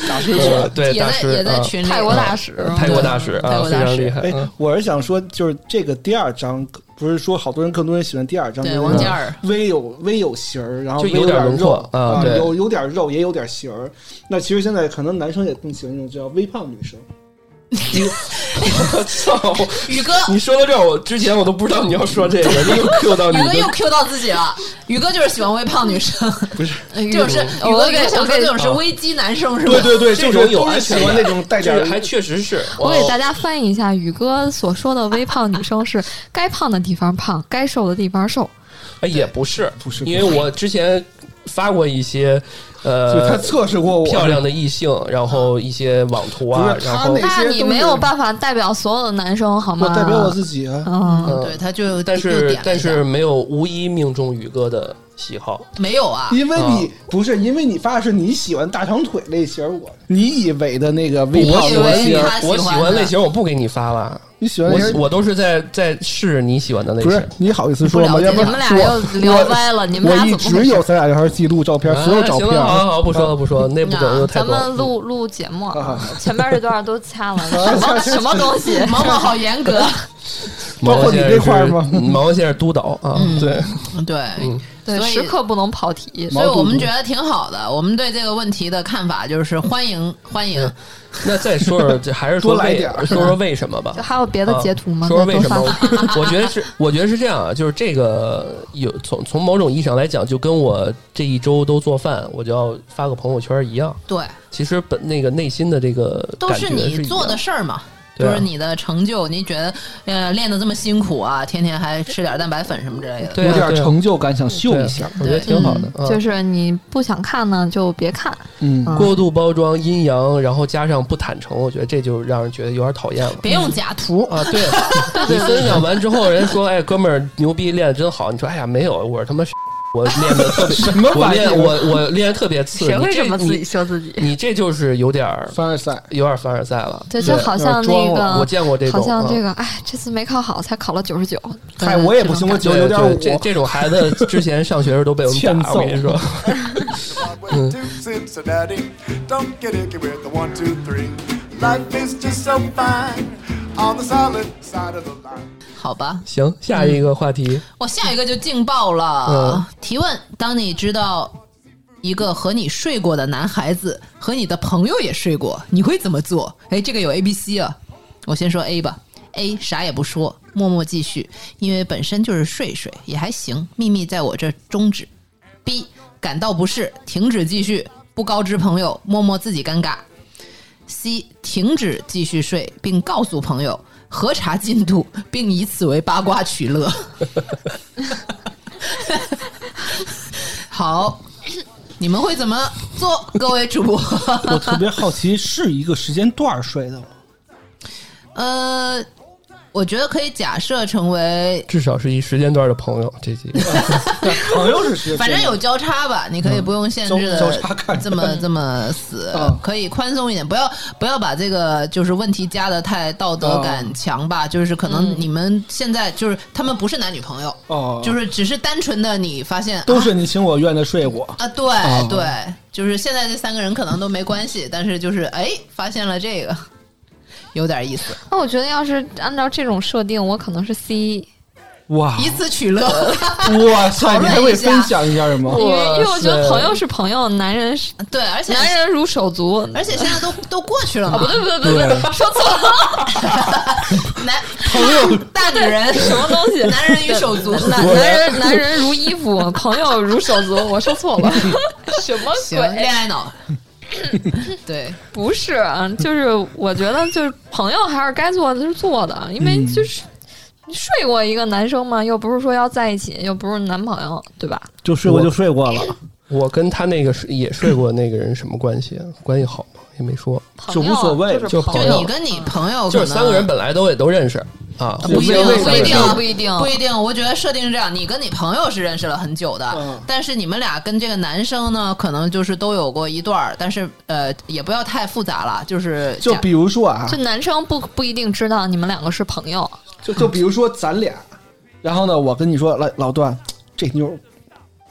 B: 大师
D: 呃 对，
A: 也
D: 大
A: 在
D: 师
A: 也在
D: 啊
A: 群里，
C: 泰国大使，
D: 泰国大使
A: 对泰
D: 啊，
A: 国
D: 非
A: 大使
D: 常厉害
B: 哎。
D: 嗯，
B: 我是想说，就是这个第二章，不是说好多人更多人喜欢第二章，
A: 对
B: 因为
A: 王嘉尔，
B: 微有微有型儿，然后
D: 就
B: 微
D: 有点
B: 点
D: 轮
B: 肉
D: 廓啊对
B: 有有点肉，也有点型儿。那其实现在可能男生也更喜欢那种叫微胖女生，
D: 我操！
A: 宇 哥，
D: 你说到这儿，我之前我都不知道你要说这个，你又 Q 到你
A: 宇哥又
D: 的
A: Q 到自己了。宇哥就是喜欢微胖女生，
D: 不 是。
A: 这种是宇
C: 我
A: 哥
C: 给
A: 给我
C: 我
A: 想说
C: 给哦
A: 这种是危机男生是吧？
B: 对对对，
D: 这
B: 就
D: 种
B: 是
D: 有
B: 都
D: 安
B: 是
D: 全
B: 喜欢
D: 感
B: 那种带
D: 就
B: 点
D: 是还确实是，
C: 我给
D: 哦
C: 大家翻译一下宇哥所说的微胖女生是该胖的地方胖，该瘦的地方瘦。
D: 哎也不是，
B: 不是
D: 因为我之前发过一些
B: 就是他
D: 呃
B: 测试过我
D: 漂亮的异性，然后一些网图啊
B: 不，是他
D: 然后
B: 那
C: 那
B: 些
C: 你
B: 都
C: 没
B: 是
C: 有办法代表所有的男生好
B: 我
C: 吗？
B: 代表我自己啊，
C: 嗯，
D: 嗯
A: 对，他就
D: 但
A: 又点了一
D: 是
A: 下
D: 但是没有无一命中宇哥的喜好，
A: 没有 啊，
B: 因为你不是因为你发的是你喜欢大长腿类型，我你以为的那个微
A: 你
B: 胖
A: 以
B: 模
A: 为
B: 型，
A: 他
D: 我
A: 喜
D: 喜
A: 欢
D: 欢
A: 的
D: 类型我不给你发了，
B: 你喜欢那些
D: 我我都是在在试你喜欢的类
B: 不是
D: 型。
B: 你好意思说吗？
A: 不了解
B: 要不
C: 你
B: 然
C: 们俩又聊歪了，你们
B: 我
C: 俩
B: 一
C: 怎么
B: 直
C: 回事？
B: 有咱俩聊天记录照片，所有
D: 啊
B: 照
D: 行
B: 片。
D: 了，好好好不说了，不说了，那不懂又太
C: 啊咱
D: 多了。
C: 们录录节目
B: 啊，
C: 前面这段都掐了，
B: 啊
C: 什么什么东西？
A: 毛毛好严格。
B: 包括你这块儿吗
D: 毛线是毛线是督导啊，对，
A: 对，
C: 对，
A: 所以
C: 时刻不能跑题。
A: 所以我们
B: 毛肚
A: 觉得挺好的。我们对这个问题的看法就是欢
D: 嗯
A: 迎欢迎。
D: 那再说说，这还是说
B: 多来
D: 为
B: 点儿
D: 说说为什么吧。
C: 还有别的截图吗？
D: 啊说说为什
C: 那
D: 么
C: 都发？
D: 我觉得是，我觉得是这样啊，就是这个有从从某种意义上来讲，就跟我这一周都做饭，我就要发个朋友圈一样。
A: 对，
D: 其实本那个内心的这个
A: 都
D: 感
A: 是
D: 觉
A: 你
D: 是一
A: 做
D: 样
A: 的事儿嘛。
D: 对啊
A: 就是你的成就，你觉得呃练的这么辛苦啊，天天还吃点蛋白粉什么之类的，
D: 对啊
B: 有点
D: 对啊
B: 成就感，想秀一下。
D: 我觉得挺好的。啊
C: 嗯就是你不想看呢，就别看。
B: 嗯，
C: 嗯
D: 过度包装阴阳，然后加上不坦诚，我觉得这就让人觉得有点讨厌了。
A: 别用假图。
D: 啊，对，你分享完之后，人家说，哎，哥们儿牛逼，练的真好。你说，哎呀，没有，我是他妈， 我练的 特别，
B: 什么
D: 我
B: 玩意
D: 练
B: 儿？
D: 我我练得特别次。
C: 谁
D: 你
C: 会这么自己
D: 你
C: 说自己？
D: 你这就是有点儿
B: 凡尔赛，
D: 有点凡尔赛了。
C: 对，就好像
B: 有点
C: 那
B: 装
D: 呃我
C: 个，
D: 见过这种，
C: 好像这
D: 嗯
C: 个，哎，这次没考好，才考了九十九。
B: 嗨，我也不行，我九
D: 对
B: 九点
D: 对
B: 五。
D: 这这种孩子之前上学的时候都被我们
B: 欠
D: 打，我跟你
B: 揍
D: 说。
E: Broadway to Cincinnati. Don't get icky with the one, two, three. Life is just so fine on the solid side of the line.
A: 好吧，
D: 行，下一个话题，
A: 我下一个就劲爆了。提问：当你知道一个和你睡过的男孩子和你的朋友也睡过，你会怎么做？哎，这个有 A、B、C 啊。我先说 A 吧。A 啥也不说，默默继续，因为本身就是睡睡，也还行。秘密在我这终止。B 感到不适，停止继续，不告知朋友，默默自己尴尬。C 停止继续睡，并告诉朋友核查进度，并以此为八卦取乐。 好，你们会怎么做，各位主播？
B: 我特别好奇，是一个时间段睡 的吗？
A: 呃，我觉得可以假设成为，
D: 至少是一时间段的朋友，这几个
B: 朋友是时间，
A: 反正有交叉吧，你可以不用限制
B: 嗯交交叉
A: 的
B: 看
A: 这 么这么死
B: 嗯，
A: 可以宽松一点，不要不要把这个就是问题加的太道德感强
B: 嗯
A: 吧，就是可能你们现在就是他们不是男女朋友，
B: 哦，
A: 就是只是单纯的你发现
B: 都
A: 啊
B: 是你哦情我愿的睡过。
A: 啊，对对，就是现在这三个人可能都没关系，但是就是哎，发现了这个有点意思，
B: 哦
C: 那我觉得要是按照这种设定，我可能是 C。
B: 哇
A: 以此取乐。
B: 哦哇塞，
A: 讨论一下
B: 你还会分享一下吗
C: 因？为因为我觉得
D: 哇塞
C: 朋友是朋友，男人是
A: 对，而且
C: 男人如手足。
A: 而且现在都都过去了
C: 啊，
A: 嘛，
C: 不
B: 哦
C: 对不对不对，不对说错了，
A: 男朋友大女人
C: 哎 什么东西？
A: 男人与手足，
C: 男男人男人如衣服，朋友如手足，我说错 了，什么
A: 行，
C: 鬼
A: 恋？爱脑，对，
C: 不是啊，就是我觉得就是朋友还是该做的是做的，因为就是。你睡过一个男生吗？又不是说要在一起，又不是男朋友，对吧？
B: 就睡
D: 过就
B: 睡过了，
D: 我跟他那个睡也睡过那个人什么关系啊？关系好吗？也没说。
C: 朋
B: 就
C: 友
B: 无所谓
C: 就是
D: 就
C: 朋
D: 朋
C: 友
A: 就
D: 友
A: 你跟你朋友
D: 就
A: 可
D: 是
A: 能啊
D: 三个人本来都也都认识啊，
A: 不一定，
B: 我们也
A: 不一
B: 认
A: 定，
B: 识
C: 不一定
A: 不一定。我觉得设定是这样：你跟你朋友是认识了很久的，
B: 嗯
A: 但是你们俩跟这个男生呢，可能就是都有过一段儿，但是呃，也不要太复杂了，就是
B: 就
A: 假
B: 比如说啊
C: 就，男生不不一定知道你们两个是朋友，
B: 就就比如说咱俩，然后呢，我跟你说，老老段这妞儿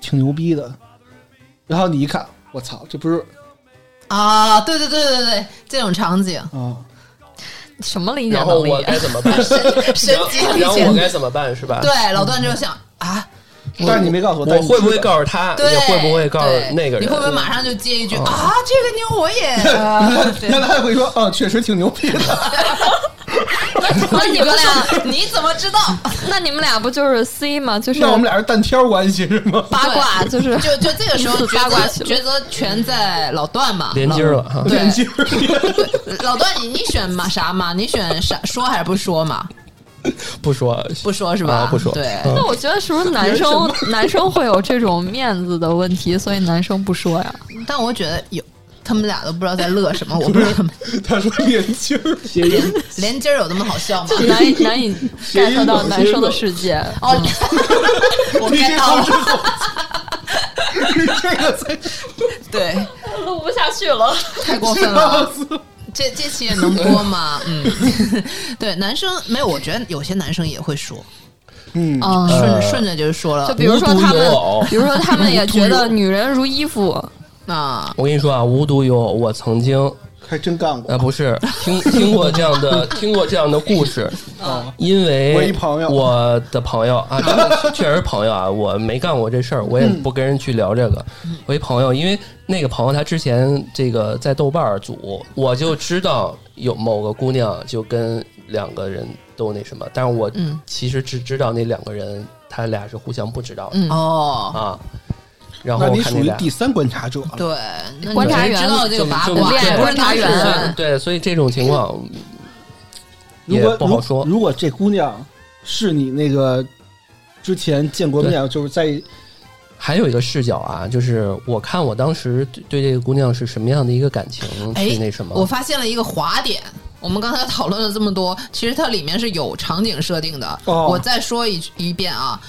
B: 挺牛逼的，然后你一看，我操，这不是
A: 啊，对对对对对，这种场 景
B: 啊？
C: 什么理解
D: 然后
C: 能力
D: 我
B: 哎
C: 啊？
D: 该怎么办？
A: 神奇
D: 然后
A: 理
D: 然后我
A: 解。
D: 该怎么办是吧？
A: 对，老段就想啊，
B: 但是你没告诉我，
D: 我会不会告诉他，
A: 对，
D: 嗯也会不会告
A: 对
D: 诉那个人？哦
A: 你会不会马上就接一句啊？这个妞我也啊
B: 诉？
A: 对
B: 原来还会说，嗯，确实挺牛逼的。
A: 那
C: 那你们俩，
A: 你怎么知道？
C: 那你们俩不就是 C 吗？就是
B: 那我们俩是单挑关系是吗？
C: 八 卦，
A: 对
C: 就是
A: 就就这个时候
C: 彼此八
A: 抉
C: 卦
A: 择
C: 起来
A: 抉择权在老段嘛，
D: 连筋儿了哈
A: 老。对
B: 眼镜儿
A: 对 老段，你你选嘛啥嘛？你选啥说还是不说嘛？
D: 不说
A: 不说是吧？
D: 啊不说
A: 对，
D: 嗯
C: 那我觉得是不是男生男生会有这种面子的问题，所以男生不说呀？
A: 但我觉得有。他们俩都不知道在乐什 么，我不知道他们
B: 他说眼镜儿谐音，
A: 连今儿有那么好笑 吗？
C: 就难以难以
B: 谐音
C: get
B: 梗
C: 到男生的
B: 谐
C: 世界。
A: 哦， 我
B: 你这
A: get 到
B: 好
A: 了
B: 之， 后，你这个才
A: 对，
C: 录不下去了。
A: 太过分了。 这这期也能播吗？嗯， 对，男生没有，我觉得有些男生也会说，
B: 嗯，
C: 嗯，
D: 呃
A: 顺顺着就说
C: 就
A: 了
C: 比如说他
D: 无独
C: 们
D: 有偶，
C: 比如说他们也觉得女人如衣服，
A: 啊，
D: 我跟你说啊，无独有偶，我曾经
B: 还真干过
D: 啊，不是听听过这样的听过这样的故事，
A: 啊
D: 因为
B: 我一朋友
D: 我的朋友啊，真的确实是朋友啊，我没干过这事儿，
B: 嗯
D: 我也不跟人去聊这个。
A: 嗯
D: 我一朋友，因为那个朋友他之前这个在豆瓣儿组，我就知道有某个姑娘就跟两个人都那什么，但是我
A: 嗯
D: 其实只知道那两个人，他俩是互相不知道的
C: 嗯
A: 哦，
D: 啊。然后
B: 那
D: 我
B: 你
D: 看
B: 属
D: 那
B: 于
D: 俩
B: 第三观察者了。
A: 对，那你
C: 观察
A: 就
C: 员
A: 知道这个
D: 就
A: 八
D: 就
A: 卦，
C: 恋爱
A: 不是
C: 观察
A: 他啊
C: 员
A: 是
D: 对对，所以这种情况
B: 如
D: 也
B: 果
D: 不好说
B: 如。如果这姑娘是你那个之前见过面，就是在
D: 还有一个视角啊，就是我看我当时对对这个姑娘是什么样的一个感情去那什么，
A: 哎我发现了一个滑点。我们刚才讨论了这么多，其实它里面是有场景设定的。
B: 哦
A: 我再说一一遍啊，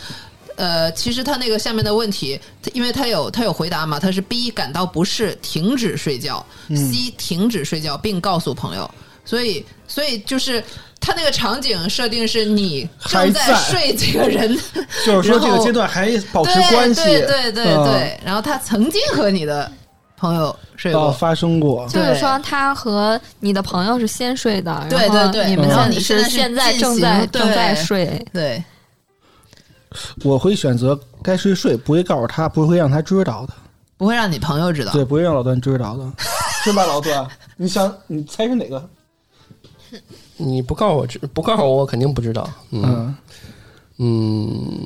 A: 呃，其实他那个下面的问题，它因为他有他有回答嘛，他是 B 感到不适，停止睡觉、c
B: 嗯
A: 停止睡觉并告诉朋友，所以所以就是他那个场景设定是你
B: 还
A: 正在
B: 在
A: 睡这个人，
B: 就是说
A: 然后
B: 这个阶段还保持
A: 对
B: 关系，
A: 对对对
B: 嗯
A: 对，然后他曾经和你的朋友睡
B: 哦，
A: 过，
B: 发生过。
C: 就是
A: 对
C: 说他和你的朋友是先睡的，
A: 对
C: 然后
A: 对对
C: 你们
A: 然后
C: 俩
A: 你现
C: 是
A: 在是
C: 现在
A: 进
C: 正
A: 行
C: 在
A: 对
C: 正在睡，
A: 对。
B: 我会选择该睡睡，不会告诉他，不会让他知道的，
A: 不会让你朋友知道。
B: 对，不会让老段知 道的，是吧，老段？你想，你猜是哪个？
D: 你不告诉我知，不告诉我，我肯定不知道。嗯
B: 嗯，
D: 嗯，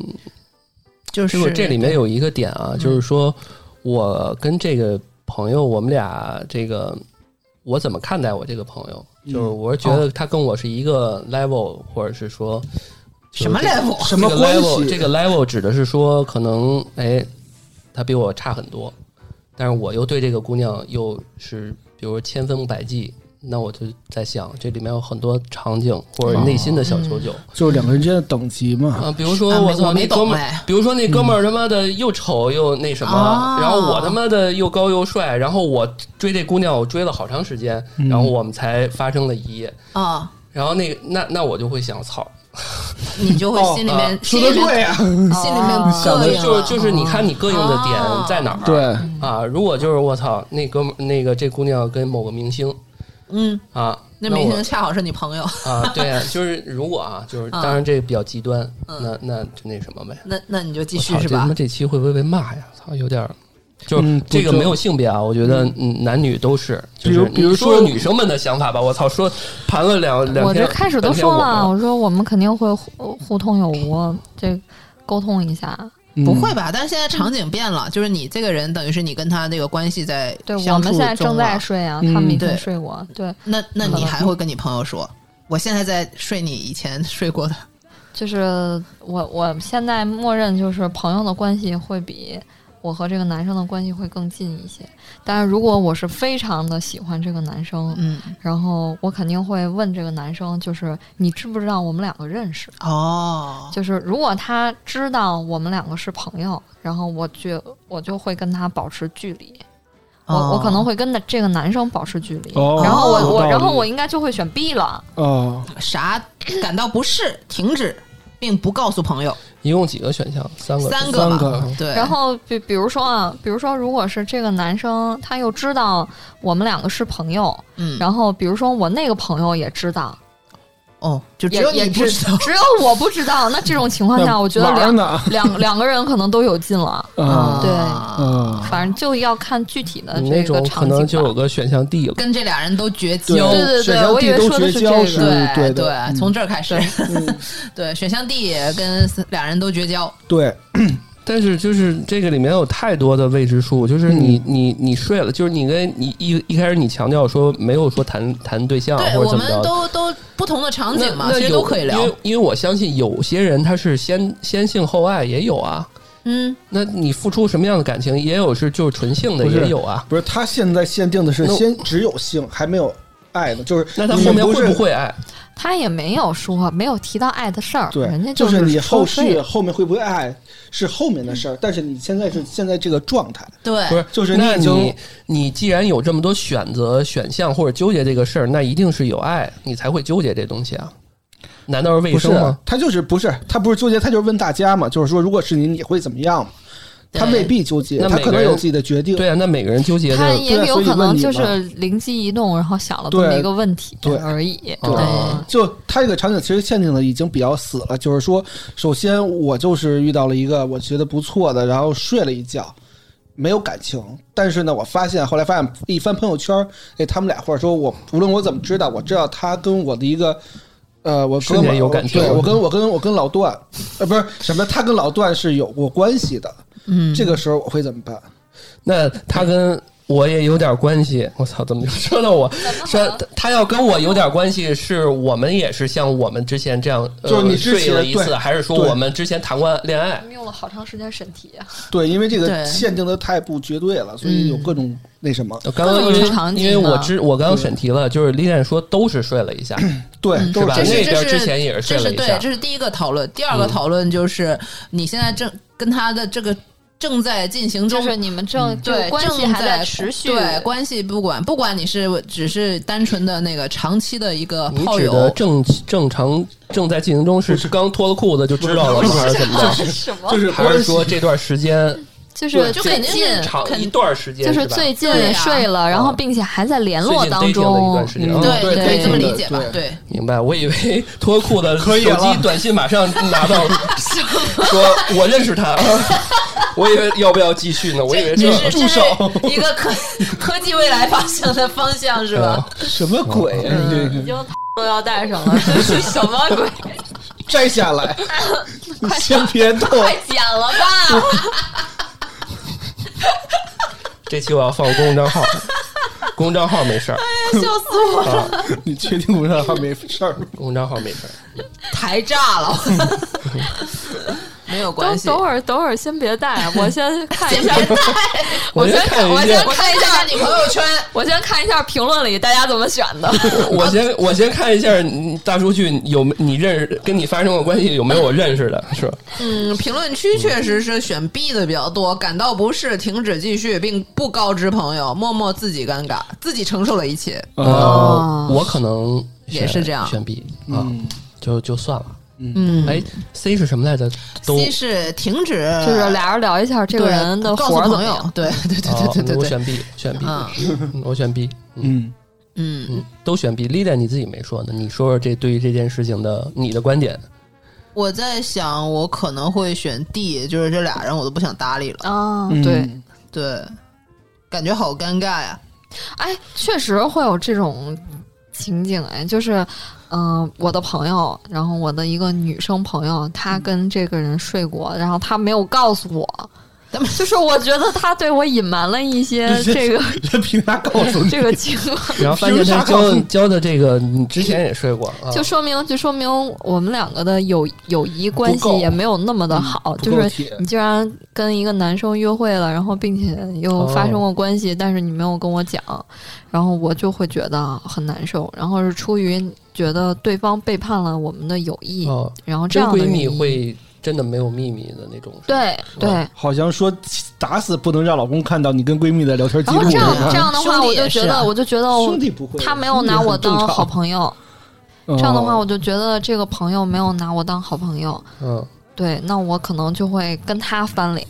A: 就
D: 就是是这里面有一个点啊，就是说我跟这个朋友，我们俩这个我怎么看待我这个朋友？就是我是觉得他跟我是一个 level，、或者是说
A: 什么 level
B: 什么
D: 这个
B: 关
D: level
B: 系？
D: 这个 level 指的是说，可能哎，他比我差很多，但是我又对这个姑娘又是比如千方百计，那我就在想，这里面有很多场景或者内心的小九九、
B: 就是两个人之间的等级嘛。
D: 啊，比如说
A: 哦嗯啊
D: 我
A: 没我
D: 操
A: 没
D: 那哥们
A: 懂哎
D: 儿，比如说那哥们儿他妈的又丑又那什
A: 哦
D: 么，然后我他妈的又高又帅，然后我追这姑娘我追了好长时间，
A: 嗯
D: 然后我们才发生了一夜，
A: 啊、
D: 然后那个那那我就会想，操，
A: 你就会心里面、
D: 哦
B: 啊说
A: 心
B: 的
A: 里面、
B: 对 呀，
A: 心里面
D: 想
A: 膈
D: 的
A: 应啊
D: 就
A: 了，哦
D: 是就是你看你膈应的点在哪儿？
B: 对，
D: 啊，如果就是我操，那哥们那个这姑娘跟某个明星
A: 嗯，
D: 啊，
A: 那明
D: 我
A: 星恰好是你朋友，
D: 啊，对啊，就是如果啊，就是
A: 啊
D: 当然这个比较极端，
A: 嗯
D: 那那就那什么呗。
A: 那那你就继
D: 我
A: 续
D: 操，
A: 是
D: 这他
A: 吧
D: 妈？这期会不会被骂呀？操，有点儿。就
B: 嗯
D: 是
B: 不
D: 这个
B: 就
D: 没有性别啊，我觉得嗯男女都是。就
B: 比如
D: 是
B: 比如
D: 你说
B: 说
D: 说女生们的想法吧，我操，说盘了两两
C: 我
D: 天
C: 这，开始都
D: 半天
C: 说
D: 我
C: 了，我说我们肯定会互互通有无，这沟通一下。
B: 嗯
A: 不会吧？但是现在场景变了，就是你这个人等于是你跟他那个关系在
C: 对，我
A: 相
C: 们
A: 处
C: 现在
A: 中
C: 正在嗯
A: 了
C: 睡啊，
B: 嗯
C: 他们已
A: 对
C: 经睡过。对，
A: 那那你还会跟你朋友说，我现在在睡你以前睡过的，
C: 就是我我现在默认就是朋友的关系会比我和这个男生的关系会更近一些。但是如果我是非常的喜欢这个男生，
A: 嗯，
C: 然后我肯定会问这个男生，就是你知不知道我们两个认识？
A: 哦，
C: 就是如果他知道我们两个是朋友，然后我就我就会跟他保持距离。我、
A: 哦
C: 我可能会跟这个男生保持距离，
B: 哦
C: 然后
A: 有
C: 我
B: 道
C: 我
B: 理
C: 然后我应该就会选 B 了。
B: 哦，
A: 啥感到不适，停止，并不告诉朋友，
D: 一共几个选项？三个。
A: 三
B: 三
A: 吧，
B: 个
A: 对，
C: 然后比比如说啊，比如说如果是这个男生他又知道我们两个是朋友，
A: 嗯，
C: 然后比如说我那个朋友也知道，
A: 哦，就只
C: 也
A: 有
C: 也
A: 你不知道。
C: 只有我不知道。那这种情况下，
B: 那
C: 我觉得
B: 玩
C: 两
B: 呢
C: 两两个人可能都有劲了。
B: 啊
C: 对
A: 嗯
B: 啊，
C: 反正就要看具体的
D: 你
C: 这
D: 那
C: 个
D: 种
C: 场
D: 可
C: 景
D: 能
C: 吧。
D: 就有个选项 D 了。
A: 跟这俩人都绝
B: 对
A: 交，
C: 对对
B: 选项
C: 我以
B: D
C: 为
B: 都
C: 说的
B: 绝
C: 是嗯
B: 交
C: 这
B: 是
C: 个
A: 对
B: 的，嗯
A: 从这儿开始， 对，选项 D 跟俩人都绝交，
B: 对，
D: 但是就是这个里面有太多的未知数，就是
B: 嗯
D: 你、你你睡了，就是你跟你一一开始你强调说没有说谈谈对象
A: 对
D: 或者
A: 我
D: 怎么
A: 们
D: 着，
A: 都都不同的场景嘛，
D: 那那
A: 其实
D: 有
A: 都可以聊
D: 因为。因为我相信有些人他是先先性后爱也有啊，
A: 嗯，
D: 那你付出什么样的感情也有是就是纯性的
B: 不是
D: 也有啊，
B: 不是他现在限定的是
D: 那
B: 先只有性还没有爱呢，就是
D: 那他
B: 你
D: 后面
B: 不
D: 会
B: 是
D: 不会爱？
C: 他也没有说，没有提到爱的事儿，
D: 啊
C: 人
B: 对，
C: 家
B: 就是你后
C: 说睡
B: 续
C: 了
B: 后面会不会爱是后面的事儿，但是你现在是现在这个状态，
A: 对，
D: 不是，
B: 就是
D: 那
B: 你已经
D: 你你既然有这么多选择选项或者纠结这个事儿，那一定是有爱你才会纠结这东西啊？难道是卫
B: 不是
D: 生吗？
B: 他就是不是他不是纠结，他就是问大家嘛，就是说如果是你你会怎么样嘛？他
A: 对
B: 未必纠结，
D: 那
B: 他
D: 每
B: 可
D: 个
B: 能有
D: 人
B: 自己的决定。
D: 对啊，那每个人纠结
C: 他
D: 的
B: 对
C: 也
B: 啊
C: 有
B: 所以
C: 可能
B: 问你
C: 就
B: 嘛
C: 是灵机一动，然后想了这么
B: 对
C: 一个问题
B: 对嗯
C: 而已。
D: 对
C: 对，
B: 就他这个场景其实限定的已经比较死了，就是说，首先我就是遇到了一个我觉得不错的，然后睡了一觉，没有感情。但是呢，我发现后来发现一翻朋友圈，哎，他们俩或者说我无论我怎么知道，我知道他跟我的一个。呃，我
D: 瞬
B: 跟
D: 间
B: 我
D: 有感觉
B: 对我跟我跟我跟老段，呃，不是什么，他跟老段是有过关系的。嗯，这个时候我会怎么办？
D: 那他跟我也有点关系。我操，怎么就说到我？说他他要跟我有点关系，是我们也是像我们之前这样，呃
B: 就是你之前
D: 睡了一次，
B: 对
D: 还是说
B: 对
D: 我们之前谈过恋爱？
C: 用了好长时间审题啊，
B: 对，因为这
A: 对
B: 个限定的太不绝对了，所以有各种那什么，
D: 我刚刚
C: 各
D: 因
C: 种
D: 为
C: 场景啊
D: 因为我
C: 嘛
D: 知我刚刚审题了，就是丽艳说都是睡了 一下，
B: 对，都
D: 是吧
B: 这
A: 这
B: 样
A: 是
D: 那边
A: 这是
D: 之前也是睡
A: 这
D: 了
A: 是
D: 一
A: 对
D: 下，嗯
A: 这是第一个讨论。第二个讨论就是你现在正跟他的这个正在进行
C: 就
A: 中。
C: 是你们正就
A: 嗯对，
C: 关系
A: 正
C: 还
A: 在
C: 持续，
A: 对，关系不管不管你是只是单纯的那个长期的一个
D: 你
A: 炮
D: 指的
A: 友，
D: 正正常正在进行中是刚脱了裤子就知道了吗？还是怎么着？
C: 什么
B: 就是
D: 还是
B: 关系
D: 说这段时间
C: 就是
A: 就
C: 最
A: 肯定
C: 近
A: 是
D: 长
A: 肯
D: 一段时间
C: 就是
D: 吧
C: 最近
A: 对啊
C: 睡了，然后
D: 嗯
C: 并且还在联
D: 最
C: 络
D: 近
C: 当
D: dating 的一
C: 中
D: 段，时间
B: 嗯
D: 啊，
A: 对，
B: 对
A: 可以这么
B: 对
A: 理
B: 对
A: 解吧？
B: 对
A: 对，
D: 明白，我以为脱裤子，
B: 可以
D: 手
B: 了
D: 机短信马上拿到，说我认识 他，我以为要不要继续呢？我 以为嗯
A: 这
D: 这
A: 是
D: 住手，
A: 这是一个科 科技未来方向的方向是
D: 嗯
A: 吧？
B: 什么鬼啊？你这个
C: 已经都要带上了，这是什么鬼？
B: 摘下来，你先别动。
C: 快剪了吧！
D: 这期我要放公众账号，公众账号没事儿，
A: 笑死我！
D: 啊，
B: 你确定我让他没事儿吗？
D: 公众账号没事儿。
A: 台炸 了，没有关
C: 等
A: 系。
C: 等会儿，等会儿，先别带，我先看一下，我
D: 先
C: 先
D: 看
C: 我
D: 一
C: 先
D: 下，
A: 看一下你朋友圈，
C: 我先看一下评论里大家怎么选的。
D: 我先我先看一下你大数据有没你认识跟你发生过关系有没有我认识的，是吧？
A: 嗯，评论区确实是选 B 的比较多，感到不适，停止继续，并不告知朋友，默默自己尴尬，自己承受了一切。
B: 啊
D: 呃，我可能
A: 哦
D: 选
A: 也是这样
D: 选 B 啊，
B: 嗯
D: 就就算了。
A: 嗯
D: 哎，C 是什么来着？都
A: C 是停止，
C: 就是俩人聊一下这个
A: 对
C: 人的
A: 告
C: 活
A: 诉
C: 儿怎么
A: 朋
C: 样
A: 友，， 对对
D: 哦
A: 对对
D: 那我
A: 对对
D: 选 B，选 B，
A: 嗯
D: 嗯我选 B，嗯
B: 嗯，
A: 嗯，
D: 嗯，都选 B。Lida 你自己没说呢，你说说这对于这件事情的你的观 点。
A: 我在想，我可能会选 D，就是这俩人我都不想搭理了，
C: 啊
B: 嗯，
C: 对，
A: 对，感觉好尴尬呀。
C: 哎，确实会有这种情景，哎，就是，嗯、我的朋友，然后我的一个女生朋友，她跟这个人睡过，然后她没有告诉我
A: 咱们。
C: 就是我觉得她对我隐瞒了一些
B: 你这
C: 这个
B: 人凭啥告诉你？
C: 这个情况，
D: 然后发现
B: 凭啥
D: 他
B: 告诉
D: 教
B: 你
D: 教的这个，你之前也睡过啊，
C: 就说明就说明我们两个的友友谊关
B: 不
C: 系
B: 够
C: 也没有那么的
D: 嗯
C: 好，
B: 不
C: 就
B: 够
C: 是
B: 铁
C: 你竟然跟一个男生约会了，然后并且又发生过关
D: 哦
C: 系，但是你没有跟我讲，然后我就会觉得很难受，然后是出于觉得对方背叛了我们的友谊，
D: 哦，
C: 然后这
D: 真
C: 样的
D: 闺蜜
C: 原因
D: 会哦真的没有秘密的那种。是吧
C: 对对。
B: 好像说打死不能让老公看到你跟闺蜜的聊天记
C: 然后
B: 录。
C: 哦这样
B: 是吧
C: 这样的
A: 兄
C: 话，
A: 弟
C: 我就
A: 也是
C: 觉得，
A: 啊
C: 我就觉得我
B: 兄弟不会，
C: 他没有拿我当好朋友，
D: 哦
B: 友
C: 这样的话，我就觉得这个朋友没有拿我当好朋友，
D: 嗯，
C: 对，那我可能就会跟他翻脸，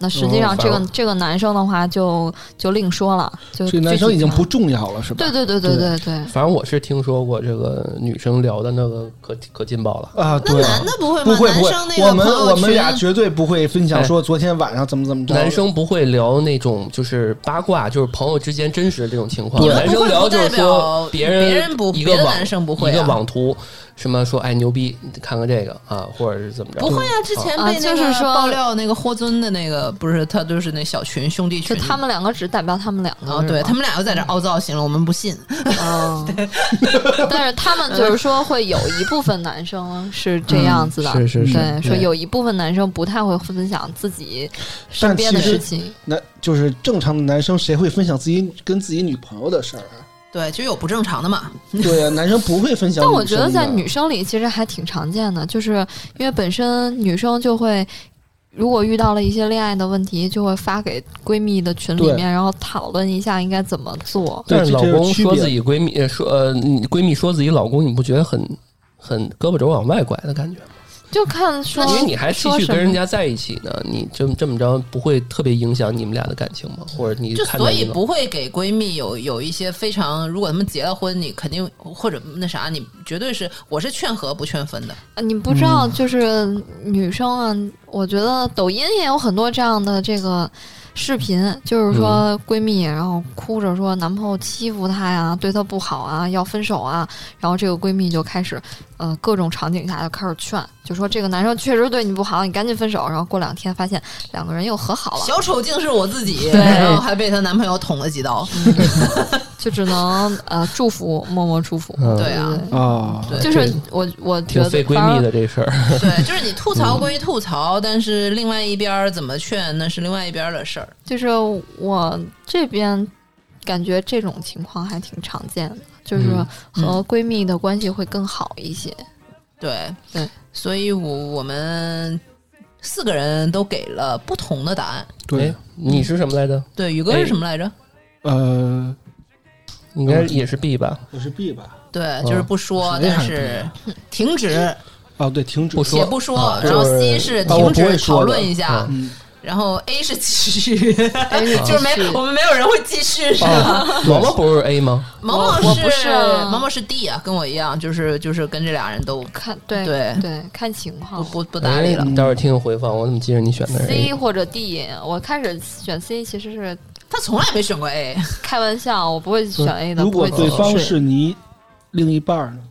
C: 那实际上这个、这个男生的话就就另说了，就
B: 这男生
C: 具
B: 已
C: 体
B: 经
C: 看
B: 不重要了，是吧
C: 对？对对对对对。
D: 反正我是听说过这个女生聊的那个可可劲爆了，
B: 啊，
A: 那
B: 对啊
A: 男的不会
B: 不
A: 吗？
B: 会
A: 男
B: 不会
A: 生那，
B: 我
A: 个
B: 们
A: 朋
B: 我
A: 友
B: 们俩
A: 圈，
B: 绝对不会分享说昨天晚上怎么怎么着。
D: 男生不会聊那种就是八卦，就是朋友之间真实的这种情况。
A: 对
D: 男生聊就是
A: 你们不会不代表
D: 说人
A: 别人不
D: 一个
A: 别的
D: 网
A: 男生不会啊
D: 一个网图，什么说哎牛逼，你看看这个啊，或者是怎么着？
A: 不会啊，
B: 嗯
A: 之前
C: 啊
A: 被那个
C: 就是说
A: 爆料那个霍尊的那个，不是他就是那小群兄弟
C: 就
A: 群，
C: 他们两个只代表他们两个
A: 啊，
B: 嗯
A: 对他
C: 们，
A: 们俩又在这凹造型了，我们不信。
C: 嗯但是他们就是说会有一部分男生是这样子的，
D: 嗯是是是
C: 对，说
D: 对
C: 有一部分男生不太会分享自己身
B: 但
C: 边
B: 其
C: 的
B: 实
C: 事情，
B: 那就是正常的男生，谁会分享自己跟自己女朋友的事儿啊？
A: 对，就有不正常的嘛。
B: 对啊，男生不会分享。
C: 但我觉得在女，生里其实还挺常见的，就是因为本身女生就会，如果遇到了一些恋爱的问题，就会发给闺蜜的群里
B: 对
C: 面，然后讨论一下应该怎么做。
D: 但是
B: 对
D: 老
B: 这这
D: 公
B: 有区
D: 说
B: 别
D: 自己闺蜜说呃，你闺蜜说自己老公，你不觉得很很胳膊肘往外拐的感觉吗？
C: 就看说，
D: 因为你还继
C: 说什
D: 续跟
C: 么
D: 人家在一起呢，你这么这么着不会特别影响你们俩的感情吗？或者你
A: 就
D: 看
A: 所
D: 待
A: 以
D: 一个
A: 不会给闺蜜有有一些非常，如果他们结了婚，你肯定或者那啥，你绝对是我是劝和不劝分的。
C: 呃你不知道，
D: 嗯
C: 就是女生啊，我觉得抖音也有很多这样的这个视频，就是
D: 嗯
C: 说闺蜜，然后哭着说男朋友欺负她呀，对她不好啊，要分手啊，然后这个闺蜜就开始，呃，各种场景下就开始劝，就说这个男生确实对你不好，你赶紧分手。然后过两天发现两个人又和好了，
A: 小丑竟是我自己，
C: 对
A: 然后还被她男朋友捅了几刀。
C: 就只能呃祝福，默默祝福。
D: 嗯
A: 对啊，
B: 啊，
A: 对
C: 就是我我觉
D: 挺
C: 得
D: 费闺
C: 反而
D: 蜜的这事儿。
A: 对，就是你吐槽归吐槽，但是另外一边儿怎么劝，那是另外一边儿的事儿。
C: 就是我这边感觉这种情况还挺常见的，就是
D: 嗯
C: 和闺蜜的关系会更好一些。
A: 对
C: 对，
A: 所以我我们四个人都给了不同的答案。
B: 对
D: 哎，你是什么来着？
A: 对，宇哥
D: 哎
A: 是什么来着？
B: 呃，
D: 应
B: 哎
D: 该也是 B 吧？
B: 我是 B 吧？
A: 对，就是不说，
D: 哦
B: 谁
A: 但
B: 还
A: 是停止
B: 哦，对，停止
D: 不说
A: 且不说，
D: 啊
A: 然后
D: 就是
A: C 是
B: 啊我
A: 停
B: 不会
A: 止
B: 说
A: 讨
B: 的
A: 论一下
D: 啊，
B: 嗯
A: 然后 A 是继 续，
C: 是
A: 就是没
C: 继续
A: 我们没有人会继续 是吧？
D: 啊，毛毛不是 A 吗？
A: 毛毛
C: 我不是啊
A: 毛毛是 D 啊，跟我一样，就是就是跟这俩人都
C: 看对
A: 对
C: 看情况
A: 不。不不搭理了。
D: 哎待会儿听回放，我怎么记着你选的是
C: C
D: A？
C: 或者 D，我开始选 C 其实是
A: 他从来没选过 A，
C: 开玩笑，我不会选 A 的。
B: 如果
C: 不会
B: 对
C: 去
B: 方是你另一半儿呢？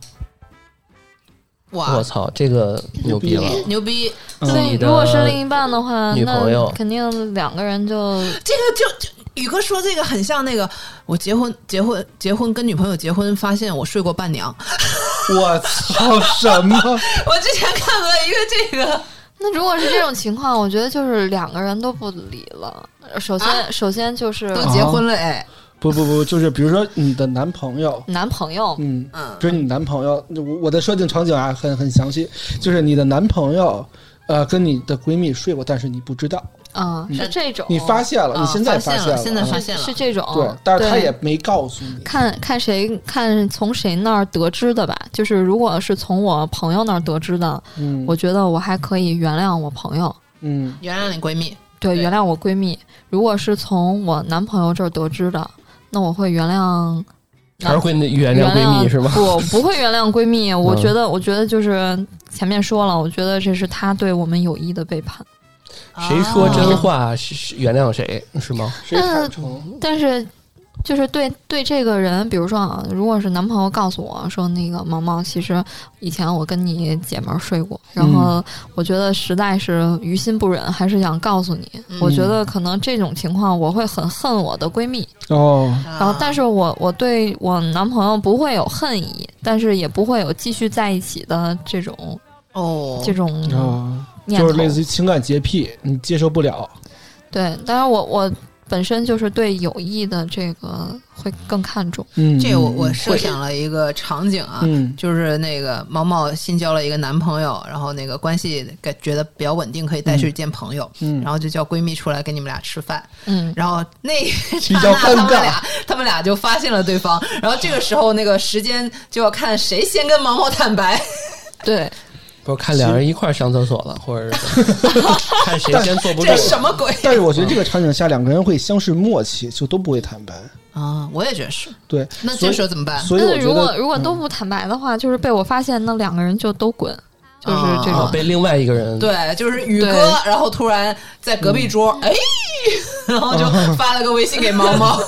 A: 哇
D: 我，操，这个牛逼了！
A: 牛逼！
C: 所以
B: 嗯
D: 你的
C: 如果是另一半的话，
D: 女朋友
C: 那肯定两个人 就
A: 这个就就宇哥说这个很像那个，我结婚结婚结婚跟女朋友结婚，发现我睡过伴娘。
B: 我操，什么？
A: 我之前看过一个这个，
C: 那如果是这种情况，我觉得就是两个人都不理了。首先，首先就是
A: 啊都结婚了哎，
B: 不不不，就是比如说你的男朋友，
C: 男朋友，
B: 嗯，
A: 嗯
B: 比如你男朋友，我我的设定场景啊，很很详细，就是你的男朋友，呃，跟你的闺蜜睡过，但是你不知道，
C: 嗯，是这种。
B: 你发现了，
A: 啊
B: 你现在
A: 哦发
B: 现
A: 现了，现在哦发
B: 嗯
A: 现了
C: 是，这种，
B: 对，但是他
C: 对
B: 也没告诉你，
C: 看看谁看从谁那儿得知的吧。就是如果是从我朋友那儿得知的，
B: 嗯，
C: 我觉得我还可以原谅我朋友，
B: 嗯，
A: 原谅你闺蜜。
C: 对，
A: 对
C: 原谅我闺蜜。如果是从我男朋友这儿得知的，那我会原谅。
D: 还是会原谅闺蜜是吗？
C: 不，不会原谅闺蜜。我
B: 嗯
C: 觉得，我觉得就是前面说了，我觉得这是他对我们友谊的背叛。
D: 谁说真
A: 啊？
D: 话是是原谅谁是吗？
B: 谁坦诚？
C: 嗯但是就是对对这个人，比如说啊，如果是男朋友告诉我说那个毛毛，其实以前我跟你姐们儿睡过，然
B: 嗯
C: 后我觉得实在是于心不忍，还是想告诉你。
B: 嗯
C: 我觉得可能这种情况我会很恨我的闺蜜，
B: 哦，
A: 然
C: 然后啊但是我我对我男朋友不会有恨意，但是也不会有继续在一起的这种
A: 哦，
C: 这种
B: 哦，
C: 念头，
B: 就是类似于情感洁癖，你接受不了，
C: 对。当然我我本身就是对友谊的这个会更看重。
B: 嗯，
A: 这我我
B: 嗯
A: 设想了一个场景啊，
B: 嗯
A: 就是那个毛毛新交了一个男朋友，然后那个关系感觉得比较稳定，可以带去见朋友，
B: 嗯
A: 然后就叫闺蜜出来跟你们俩吃饭，
C: 嗯，
A: 然后那
B: 比
A: 刹
B: 较
A: 那他们
B: 尴尬
A: 俩他们俩就发现了对方，然后这个时候那个时间就要看谁先跟毛毛坦白，
C: 对。
D: 不是看两人一块儿上厕 所了，或者是怎么看谁先坐不住
A: 这。什么鬼
B: 但是我觉得这个场景下，两个人会相视默契，就都不会坦白。
A: 啊？我也觉得是。
B: 对，
A: 那
B: 所以
A: 这时候怎么办？
B: 所以我
C: 但是
B: 觉
C: 如果
B: 得，嗯
C: 如果都不坦白的话，就是被我发现，那两个人就都滚，就是这
A: 啊
D: 啊
C: 种。
D: 被另外一个人
A: 对，就是宇
C: 对
A: 哥，然后突然在隔壁桌，
B: 嗯
A: 哎， 然后就发了个微信给猫猫。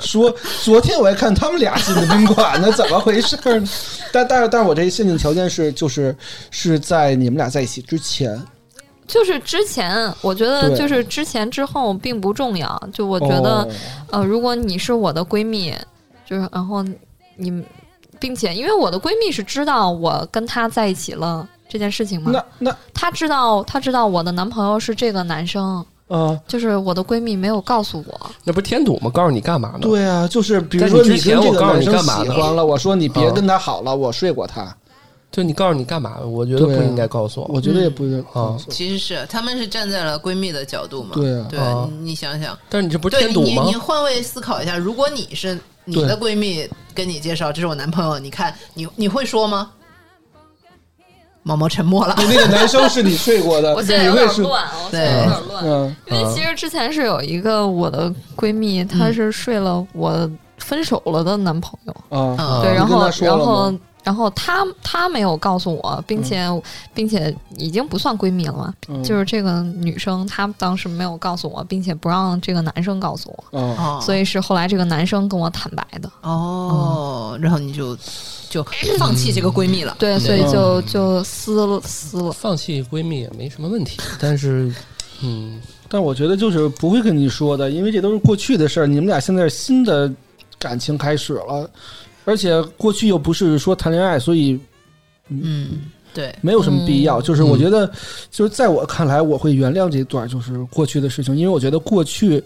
B: 说昨天我还看他们俩进的宾馆呢，怎么回事呢？ 但但是但是我这个限定条件是，就是是在你们俩在一起之前，
C: 就是之前，我觉得
B: 对
C: 就是之前之后并不重要。就我觉得，
B: 哦
C: 呃，如果你是我的闺蜜，就是然后你们，并且因为我的闺蜜是知道我跟她在一起了这件事情嘛
B: 那，那
C: 她知道她知道我的男朋友是这个男生，
D: 嗯
B: 啊，
C: 就是我的闺蜜没有告诉我，
D: 那不是添堵吗？告诉你干嘛呢？
B: 对啊，就是比如
D: 但
B: 说
D: 你之前
B: 跟这
D: 我
B: 个
D: 告诉
B: 男
D: 你
B: 生
D: 干嘛
B: 喜
D: 呢
B: 欢了，我说你别
C: 嗯
D: 啊
B: 跟他好了，我睡过他，
D: 就你告诉你干嘛？我觉得不
B: 对啊
D: 应该告诉
B: 我
D: 我。
B: 觉得也不是
D: 啊
A: 其实是他们是站在了闺蜜的角度嘛？
B: 对啊
A: 对
D: 啊
A: 你你想想，
D: 但是你这不是
A: 对
D: 添
A: 你
D: 堵
A: 你
D: 吗
A: 你？换位思考一下，如果你是你
B: 对
A: 的闺蜜跟你介绍这是我男朋友，你看你你会说吗？毛毛沉默了。
B: 那个男生是你睡过的，
C: 我
B: 你
C: 现在有
B: 会
C: 点
B: 是
C: 乱，我现
A: 对
C: 在有点乱。
B: 嗯，嗯
C: 因为其实之前是有一个我的闺蜜，她是睡了我分手了的男朋友，
B: 啊
A: 嗯
C: 对，
B: 你
C: 然
B: 跟
C: 后
B: 她说
C: 然
B: 了
C: 后
B: 吗
C: 然后她她没有告诉我，并且、并且已经不算闺蜜了嘛，
B: 嗯
C: 就是这个女生她当时没有告诉我，并且不让这个男生告诉我，
B: 啊，
A: 哦，
C: 所以是后来这个男生跟我坦白的，
A: 哦，
B: 嗯
A: 然后你就就放弃这个闺蜜了。
C: 对，所以就就撕了撕了。
D: 放弃闺蜜也没什么问题， 但是，嗯，
B: 但我觉得就是不会跟你说的，因为这都是过去的事儿，你们俩现在是新的感情开始了，而且过去又不是说谈恋爱，所以
A: 嗯，对，
B: 没有什么必要。就是我
D: 嗯
B: 觉得，就是在我看来，我会原谅这段就是过去的事情，因为我觉得过去。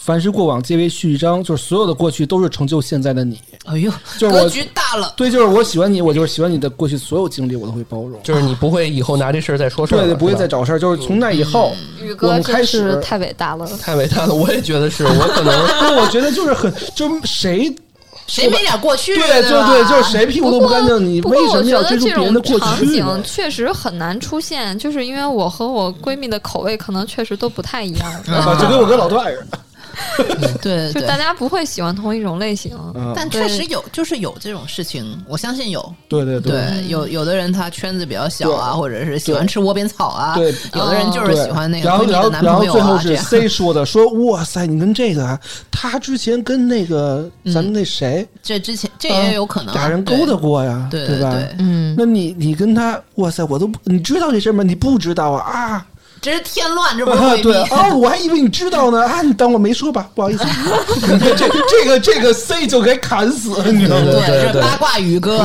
B: 凡是过往皆为序章，就是所有的过去都是成就现在的你。
A: 哎呦，
B: 就是
A: 格
B: 我，
A: 局大了。
B: 对，就是我喜欢你，我就是喜欢你的过去所有经历，我都会包容。
D: 就是你不会以后拿这事儿再说事儿
B: 对
D: 了，
B: 对，
D: 是
B: 不会
D: 吧
B: 再找事儿。就是嗯从那以后，
C: 宇
B: 我
C: 哥
B: 们开
C: 真
B: 始
C: 是太伟大了，
D: 太伟大了。我也觉 得是我可能
B: 因为我觉得就是很，就是谁
A: 谁没点过去？
B: 对
A: 对
B: 就
A: 吧
B: 对，就是谁屁股都
C: 不
B: 不
C: 过
B: 干净，你
C: 不
B: 为
C: 过
B: 什
C: 我
B: 么
C: 觉
B: 要
C: 得
B: 追逐
C: 这
B: 别人的
C: 种
B: 过
C: 场
B: 去
C: 景
B: 呢？
C: 确实很难出现，就是因为我和我闺蜜的口味可能确实都不太一样，
B: 啊，就跟我跟老段似的。
A: 对嗯
C: 就
A: 对
C: 大
A: 对。
C: 家不会喜欢同一种类型。
B: 嗯
A: 但确实有，就是有这种事情，我相信有。
B: 对对
A: 对，有
C: 嗯
A: 有的人他圈子比较小啊，
B: 对
A: 或者是喜欢吃窝边草啊。
B: 对
A: 有的人就是
B: 对
A: 喜欢那个
B: 然后
A: 闺蜜
B: 然
A: 的
B: 后
A: 男
B: 然后
A: 朋友
B: 最后
A: 啊，这
B: 是
A: 样。
B: C 说的，说哇塞，你跟这个啊，他之前跟那个
A: 嗯
B: 咱们那谁
A: 这之前这也有可能啊
B: 俩人勾搭，过呀，
A: 对
B: 吧？
A: 对，
C: 嗯，
B: 那你你跟他，哇塞，我都不，你知道这事儿吗？你不知道啊啊！
A: 这是添乱，这不是
B: 啊，
A: 闺
B: 对
A: 蜜。
B: 哦，我还以为你知道呢啊！你当我没说吧，不好 意思。你看这这个这个 C 就该砍死，你知道吗？
D: 对
A: 这
D: 对
A: 是八卦宇哥，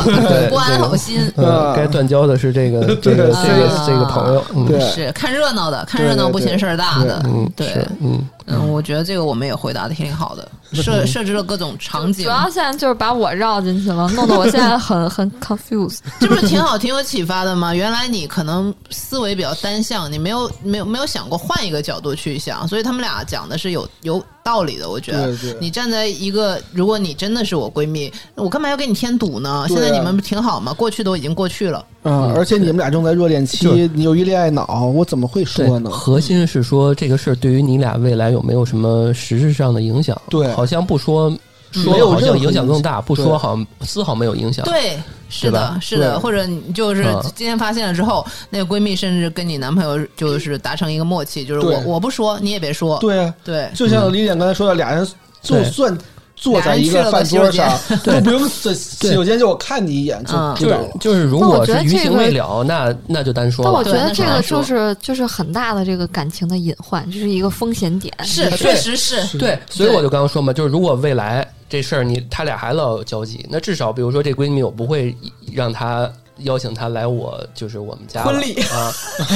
A: 不安好心。
B: 啊
D: 嗯该断交的是这个这个这个这个朋友，嗯
B: 对
A: 是看热闹的，看热闹不嫌事儿大的。对，
D: 嗯，
A: 嗯，我觉得这个我们也回答的挺好的，设设置了各种场景
C: 主，要现在就是把我绕进去了，弄得我现在很 很 confused。
A: 这不是挺好、挺有启发的吗？原来你可能思维比较单向，你没有没有没有想过换一个角度去想，所以他们俩讲的是有有道理的。我觉得
B: 对对
A: 你站在一个，如果你真的是我闺蜜，我干嘛要给你添堵呢？
B: 对
A: 现
B: 啊
A: 在你们不挺好吗？过去都已经过去了，
B: 啊，而且你们俩正在热恋期
D: 嗯是，
B: 你有一恋爱脑，我怎么会说呢？
D: 核心是说这个事儿对于你俩未来有没有什么实质上的影响？
B: 对
D: 好像不说说
B: 没有
D: 好
B: 任何
D: 像影响更大，不
B: 对
D: 说好像丝毫没有影响。
A: 对，是
D: 对
A: 的
D: 吧，
A: 是的，
B: 对
A: 或者你就是
D: 嗯
A: 今天发现了之后，那个闺蜜甚至跟你男朋友就是达成一个默契，就是
B: 对
A: 我我不说，你也别说，
B: 对啊，
A: 对
B: 就像李典刚才说的，俩人就
D: 嗯对
B: 算坐在一个饭桌上，都不用在洗手间就我看你一眼就
A: 嗯
B: 知
D: 就
B: 道
D: 是
B: 了。
D: 就是，如
C: 但我
D: 果
C: 觉
D: 是
C: 得
D: 余
C: 这
D: 情
C: 个
D: 未了，那那就单说
C: 但我
D: 了
C: 觉。得这个
A: 对
C: 就
A: 那
C: 是就是很大的这个感情的隐患，这是一个风险点。
A: 是
D: 对
A: 确实是，
D: 对，所以我就刚刚说嘛，就是如果未来这事儿你他俩还老有交集，那至少比如说这闺蜜，我不会让她邀请她来我就是我们家了
A: 婚礼
D: 啊，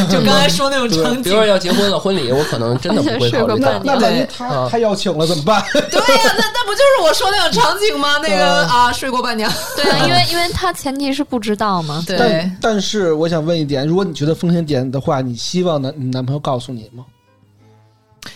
A: 就刚才说那种场
D: 比
A: 景
D: 如。说要结婚了，婚礼我可能真的不 会考虑
C: 而且睡
D: 到
C: 个。
B: 那万一
D: 对
B: 他
D: 啊
B: 他邀请了怎么办？
A: 对呀、那那不就是我说那种场景吗？那个啊，睡过伴娘。
C: 对啊，因为因为他前提是不知道嘛。
A: 对
B: 但，但是我想问一点，如果你觉得风险点的话，你希望男你男朋友告诉你吗？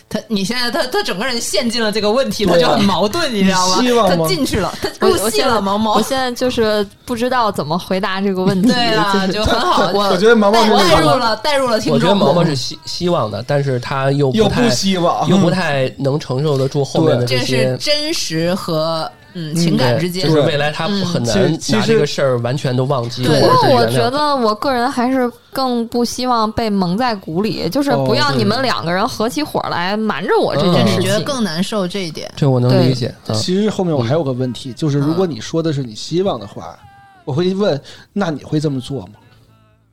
A: 他你现在他他整个人陷进了这个问题，他
B: 对
A: 就
B: 啊
A: 很矛盾，你知道吗
B: 你希？望
A: 他
B: 吗
A: 进去了，他
C: 我
A: 入
C: 我
A: 戏
C: 现
A: 了，
C: 在
A: 毛毛
C: 我。现在就是不知道怎么回答这个 问题。
A: 对啊，
C: 就是
A: 就很好。
B: 我我觉得毛毛
A: 带
B: 这个
A: 带入了带入了听
D: 我觉得
A: 众，
D: 毛毛是希希望的，但是他又
B: 又
D: 太
B: 不希望
D: 又不太能承受得住后面的
A: 这是。
D: 些
A: 真实和嗯情感之
D: 对
A: 间
D: 就。是
B: 对
D: 未来他
B: 嗯
D: 很难
B: 其实
D: 拿这个事儿完全都忘记，
A: 对
D: 或
C: 不
D: 者是
C: 过我
D: 原谅
C: 觉得，我个人还是更不希望被蒙在鼓里，就是
B: 哦
C: 不要
D: 对
C: 你们两个人合起伙来瞒着我这件
D: 嗯
C: 事
A: 你觉得
C: 情。
A: 更难受这一点？
D: 这我能
C: 对
D: 理解。啊。
B: 其实后面我还有个问题，就是
D: 嗯
B: 如果你说的是你希望的话，我会问，那你会这么做吗？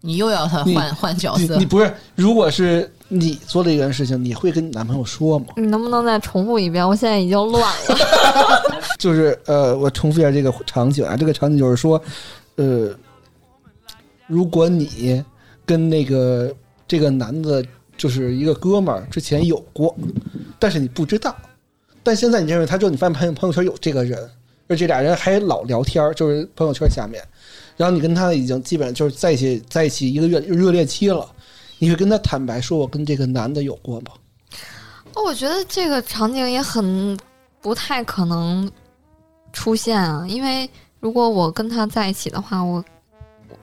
A: 你又要他
B: 你
A: 换换角
B: 你
A: 色
B: 你，不是，如果是你做的一件事情，你会跟你男朋友说吗？
C: 你能不能再重复一遍？我现在已经乱了。
B: 就是呃，我重复一下这个场景啊，这个场景就是说，呃，如果你跟那个这个男的，就是一个哥们儿之前有过，但是你不知道，但现在你认识他之后，你发现朋友朋友圈有这个人，而这俩人还老聊天儿，就是朋友圈下面，然后你跟他已经基本上就是在一起在一起一个月热恋期了，你会跟他坦白说我跟这个男的有过吗？
C: 我觉得这个场景也很不太可能出现啊，因为如果我跟他在一起的话，我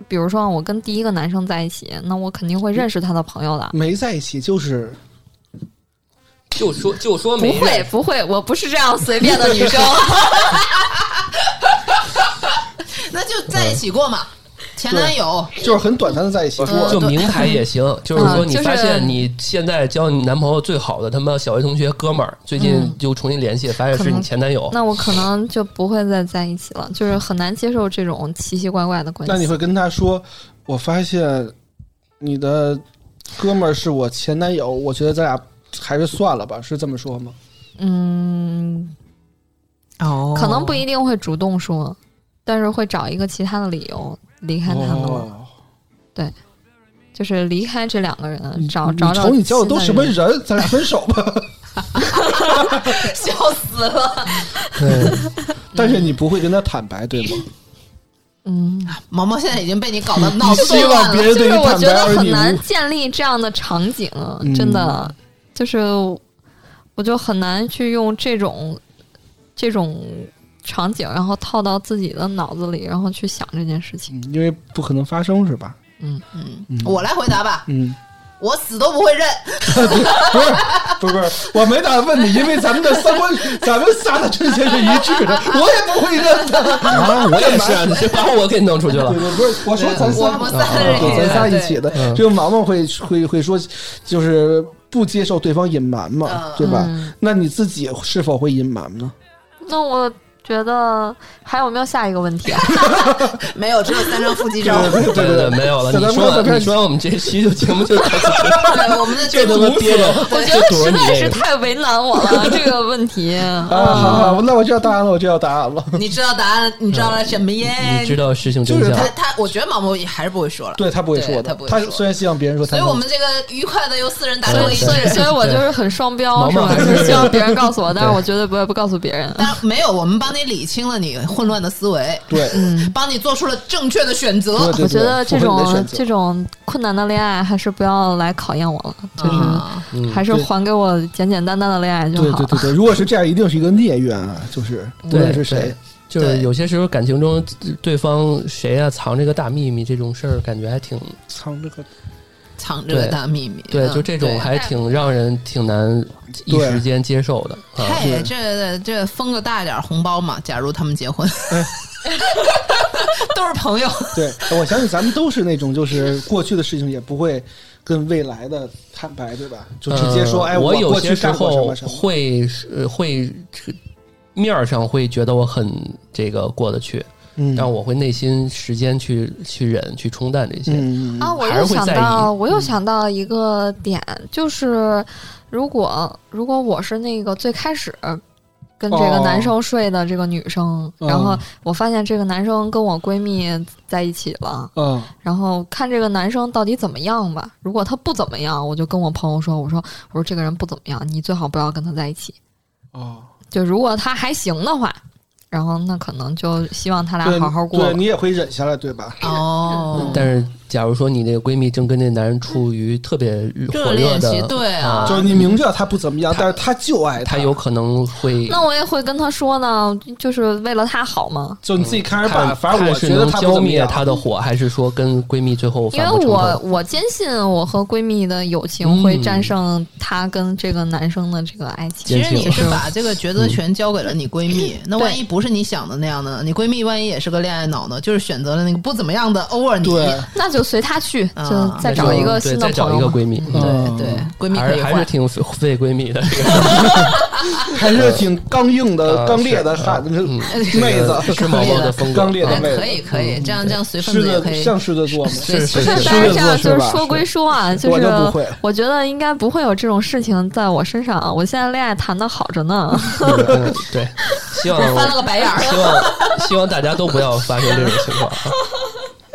C: 比如说我跟第一个男生在一起，那我肯定会认识他的朋友的。
B: 没在一起就是
D: 就说就说
C: 不
D: 没
C: 会不会，我不是这样随便的女生。
A: 那就在一起过嘛。前男友
B: 就是很短暂的在一起过，
A: 嗯
D: 就 明牌也行，就是说你
C: 就是
D: 发现你现在交你男朋友最好的他妈小学同学哥们儿，最近
C: 嗯啊
D: 就重新联系，发现是你前男
B: 哦
D: 友，
C: 那我可能就不会再在一起了，就是很难接受这种奇奇怪怪的关系。
B: 那你会跟他说：“我发现你的哥们儿是我前男友，我觉得咱俩还是算了吧。”是这么说吗？
C: 嗯，
A: 哦
C: 可能不一定会主动说，但是会找一个其他的理由离开他们了，
B: 哦，
C: 就是离开这两个人，找
B: 你
C: 找找
B: 瞅你交的都什么
C: 新的人？
B: 人？咱俩分手吧。
A: 笑死了。
B: 但是你不会跟他坦白，对吗？
C: 嗯，
A: 毛毛现在已经被你搞得脑
B: 你
A: 子都
B: 希望
A: 乱
B: 别
A: 了。
B: 人
C: 就
B: 对
C: 是
B: 你
C: 我
B: 坦
C: 觉
B: 白，
C: 得
B: 而
C: 很
B: 你
C: 难
B: 无
C: 建立这样的场景，
B: 嗯
C: 真的，就是我就很难去用这种这种场景，然后套到自己的脑子里，然后去想这件事情。
B: 嗯因为不可能发生，是吧？
A: 嗯我来回答吧，
B: 嗯，
A: 我死都不会认。
B: 不是，不是，不是， 我没打算问你，因为咱们的 三观，咱们仨的之间是一致的，我也不会认的。
D: 啊，我也是啊，你就 把我给弄 出去了
B: 对。对，不是，我说咱
A: 我
B: 仨啊
A: 们仨人
B: 对，咱仨一
A: 对
B: 起的
D: 嗯。
B: 只有毛毛会会会说，就是不接受对方隐瞒嘛
A: 嗯，
B: 对吧
C: 嗯？
B: 那你自己是否会隐瞒呢？
C: 那我觉得还有没有下一个问题啊？
A: 没有，只有三张腹肌照。
D: 对对对，没有了。
B: 在
D: 你
B: 咱们
D: 说
B: 在
D: 完
B: 这儿
D: 你说完我们这期就节目就到此结束，
A: 对，我们的
D: 这
A: 节
D: 他
A: 目
D: 妈憋着，
C: 我觉
D: 就
C: 得
D: 堵着
C: 实
D: 你
C: 在是
D: 这个
C: 太为难我了，这个问题。
A: 嗯
B: 啊，好好，那我知道答案了，我知道答案了。
A: 你知道答案，你知道了什么耶？
D: 嗯你知道事情真
B: 就是
D: 相
A: 他。他，我觉得毛毛也还是不会说了。
B: 对他不会说
A: 对
B: 的
A: 他不，会
B: 他
A: 说
B: 虽然希望别人说他
A: 所以
B: 能，
A: 我们这个愉快的由四人达成
C: 所
A: 了
C: 以，
A: 一
D: 对
A: 致
C: 所以，所以我就是很双标，
D: 对
C: 是吧？
D: 毛毛还
C: 就是是希望别人告诉我，但是我绝对不会不告诉别人。
A: 但没有，我们帮你理清了你混乱的思维，嗯
B: 对
A: 帮你做出了正确的选择啊
B: 对。
C: 我
B: 对
C: 觉得
B: 对，
C: 这
B: 符合你的选
C: 种
B: 择
C: 这种困难的恋爱，还是不要来考验我了，就是
D: 嗯
A: 啊
C: 还是还给我简简单单的恋爱就
B: 对
C: 好
B: 对。对对，如果是这样，一定是一个孽缘啊，就是无论
D: 对
B: 是谁，
D: 就是
A: 对
D: 有些时候感情中对方谁啊藏这个大秘密这种事儿，感觉还挺
B: 藏这个
A: 藏着个大秘密。
D: 对，
A: 嗯
D: 就这种
A: 对
D: 还挺让人挺难一
B: 对
D: 时间接受的。啊。
A: 嘿，这这封个大一点红包嘛，假如他们结婚，
D: 哎
A: 都是朋友。
B: 对，我相信咱们都是那种，就是过去的事情也不会跟未来的坦白，对吧？就直接说，
D: 呃
B: 哎，
D: 我有
B: 过
D: 些
B: 去
D: 时
B: 干过什
D: 候
B: 么什么。
D: 会是呃会这个面儿上会觉得我很这个过得去，
B: 嗯
D: 但我会内心时间去去忍去冲淡这些。
B: 嗯，嗯
A: 哦
C: 啊，
B: 嗯
C: 我
D: 还
C: 又
D: 是会
C: 想
D: 在意
C: 到，我又想到一个点，就是如果如果我是那个最开始跟这个
B: 哦
C: 男生睡的这个女生，然后
B: 嗯
C: 我发现这个男生跟我闺蜜在一起了，
B: 嗯，
C: 然后看这个男生到底怎么样吧。如果他不怎么样，我就跟我朋友说，我说我说这个人不怎么样，你最好不要跟他在一起。
B: 哦，
C: 就如果他还行的话，然后那可能就希望他俩
B: 对，
C: 好好过
B: 对
C: 吧。
B: 你也会忍下来，对吧？
A: 哦，
D: 但是假如说你那个闺蜜正跟那男人处于特别火热
A: 恋期
D: 的，
A: 对啊
B: 就是你明知道他不怎么样，但是他就爱
D: 她有可能会
C: 那我也会跟他说呢，就是为了他好嘛。
B: 就你自己看着办，
D: 看
B: 反正我
D: 看是
B: 觉得
D: 能
B: 他不
D: 浇
B: 怎么
D: 灭
B: 样。
D: 她的火，还是说跟闺蜜最后
C: 因
D: 反
C: 为
D: 目成
C: 我
D: 仇？
C: 我坚信我和闺蜜的友
D: 嗯
C: 情会战胜她跟这个男生的这个爱情。
A: 其实你
D: 坚
A: 是
D: 信
A: 把这个抉
C: 嗯
A: 择权交给了你闺蜜，那万一不是你想的那样呢？你闺蜜万一也是个恋爱脑呢？就是选择了那个不怎么样的 over 你，
B: 对
A: 对，
C: 那就随她去，
A: 啊
C: 就再找一个
D: 对
C: 新的
D: 再找
C: 朋
D: 一个
C: 友嘛。
D: 闺蜜，嗯
B: 嗯
A: 对，闺蜜
D: 还
A: 可
D: 是
A: 以
D: 还是
A: 换。
D: 挺费费闺 蜜的。这个
B: 还是挺刚硬的、
D: 呃
B: 刚烈的
D: 是
B: 汉子妹
D: 这个
B: 子，
D: 是毛毛的风 格，
B: 刚烈的
A: 嗯哎
B: 妹
A: 可
B: 子，
A: 以可
D: 嗯
A: 以，这样这样随份
B: 狮
A: 子也可
B: 子
A: 以。
B: 像狮子座吗？
A: 随
D: 是是
A: 随
D: 是
A: 份
C: 当然
A: 子
C: 这样就是说归说啊，就
B: 我
C: 是
B: 就不会
C: 我觉得应该不会有这种事情在我身上。我现在恋爱谈的好 着呢，
D: 嗯对，希望
C: 嗯
A: 翻了个白眼儿。
D: 希望希望大家都不要发生这种情况啊。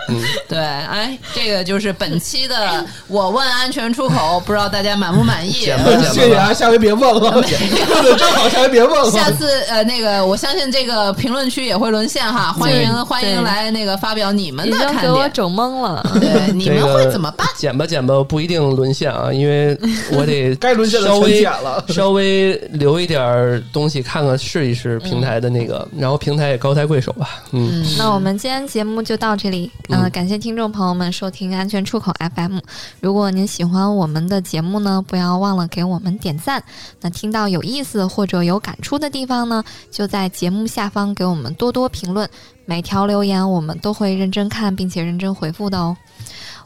D: 嗯，
A: 对，哎，这个就是本期的我问安全出口，不知道大家满不满意？
D: 简单
B: 嗯 谢谢啊，下回别 问了， 问的真好，下回别问了。
A: 下次呃，那个我相信这个评论区也会沦陷哈，欢迎欢迎
C: 对
A: 来那个发表你们
C: 已
A: 的
C: 经
A: 看
C: 给我
A: 点。
C: 整懵了。
A: 对，你们会怎么办？
D: 剪吧剪吧，不一定沦陷啊，因为我得
B: 该沦陷的
D: 稍
B: 全
D: 微
B: 剪了
D: 稍微留一点儿东西看看试一试
A: 嗯
D: 平台的那个，然后平台也高抬贵手吧。嗯，
C: 那我们今天节目就到这里，呃，感谢听众朋友们收听安全出口 FM。如果您喜欢我们的节目呢，不要忘了给我们点赞。那听到有意思或者有感触的地方呢，就在节目下方给我们多多评论，每条留言我们都会认真看并且认真回复的哦。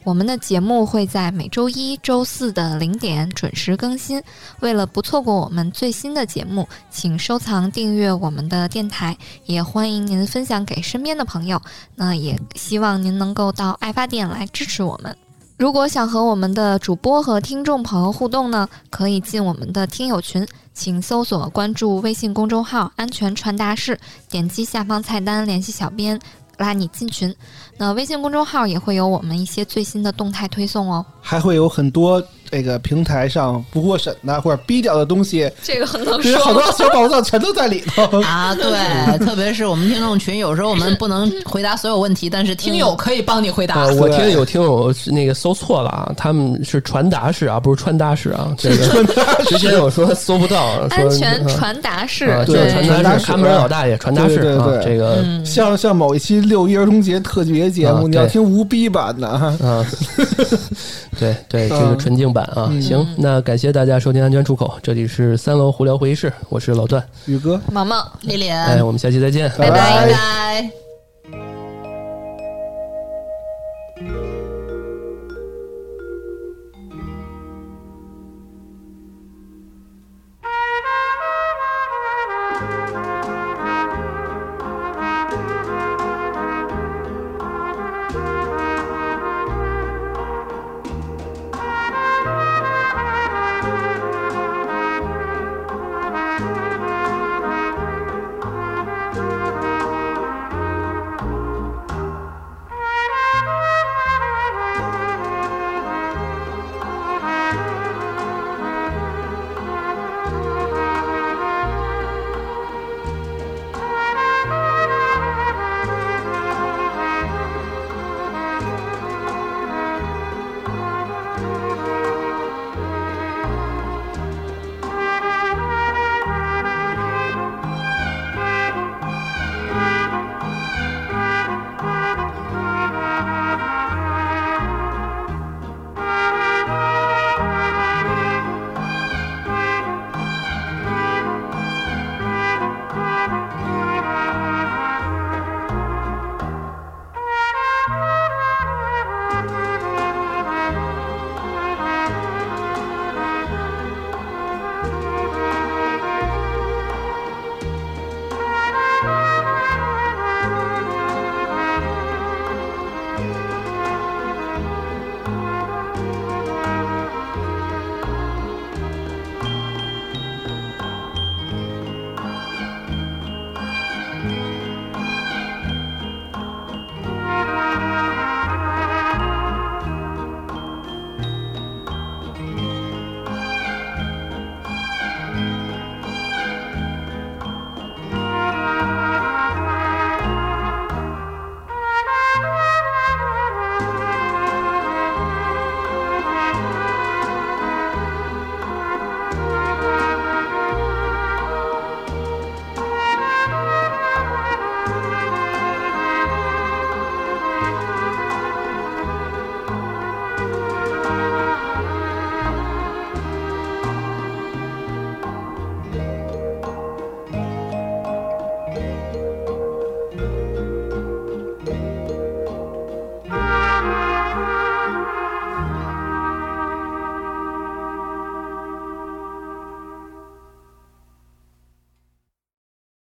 C: 我们的节目会在每周一、周四的零点准时更新。为了不错过我们最新的节目，请收藏、订阅我们的电台，也欢迎您分享给身边的朋友。那也希望您能够到爱发电来支持我们。如果想和我们的主播和听众朋友互动呢，可以进我们的听友群，请搜索关注微信公众号“安全传达室”，点击下方菜单联系小编，拉你进群。那微信公众号也会有我们一些最新的动态推送哦。
B: 还会有很多这个平台上不过审的或者逼掉的东西，
C: 这个很能
B: 这些好多小宝藏全都在里头。
A: 啊，对，特别是我们听众群，有时候我们不能回答所有问题，但是听友可以帮你回答。
D: 呃，我
B: 对
D: 听有听友是那个搜错了啊，他们是传达室啊，不是穿搭室 啊。这个之前有说搜不到，说
C: 安全传达室，
D: 啊，就
B: 对
D: 是
B: 传
D: 传达
B: 达
D: 室，
B: 室
D: 看门老大爷传达室
B: 对对
D: 啊
B: 对，
D: 这个。
A: 嗯
B: 像像某一期六一儿童节特别节
D: 啊
B: 目，你要
D: 对
B: 听无逼版的啊。
D: 啊， 对对，这
B: 啊
D: 是纯净版啊。行，那感谢大家收听安全出口，这里是三楼胡聊会议室，我是老段，哎
B: 宇哥，
C: 毛毛。
A: 丽丽，
D: 哎，我们下期再见，
A: 拜
B: 拜
A: 拜。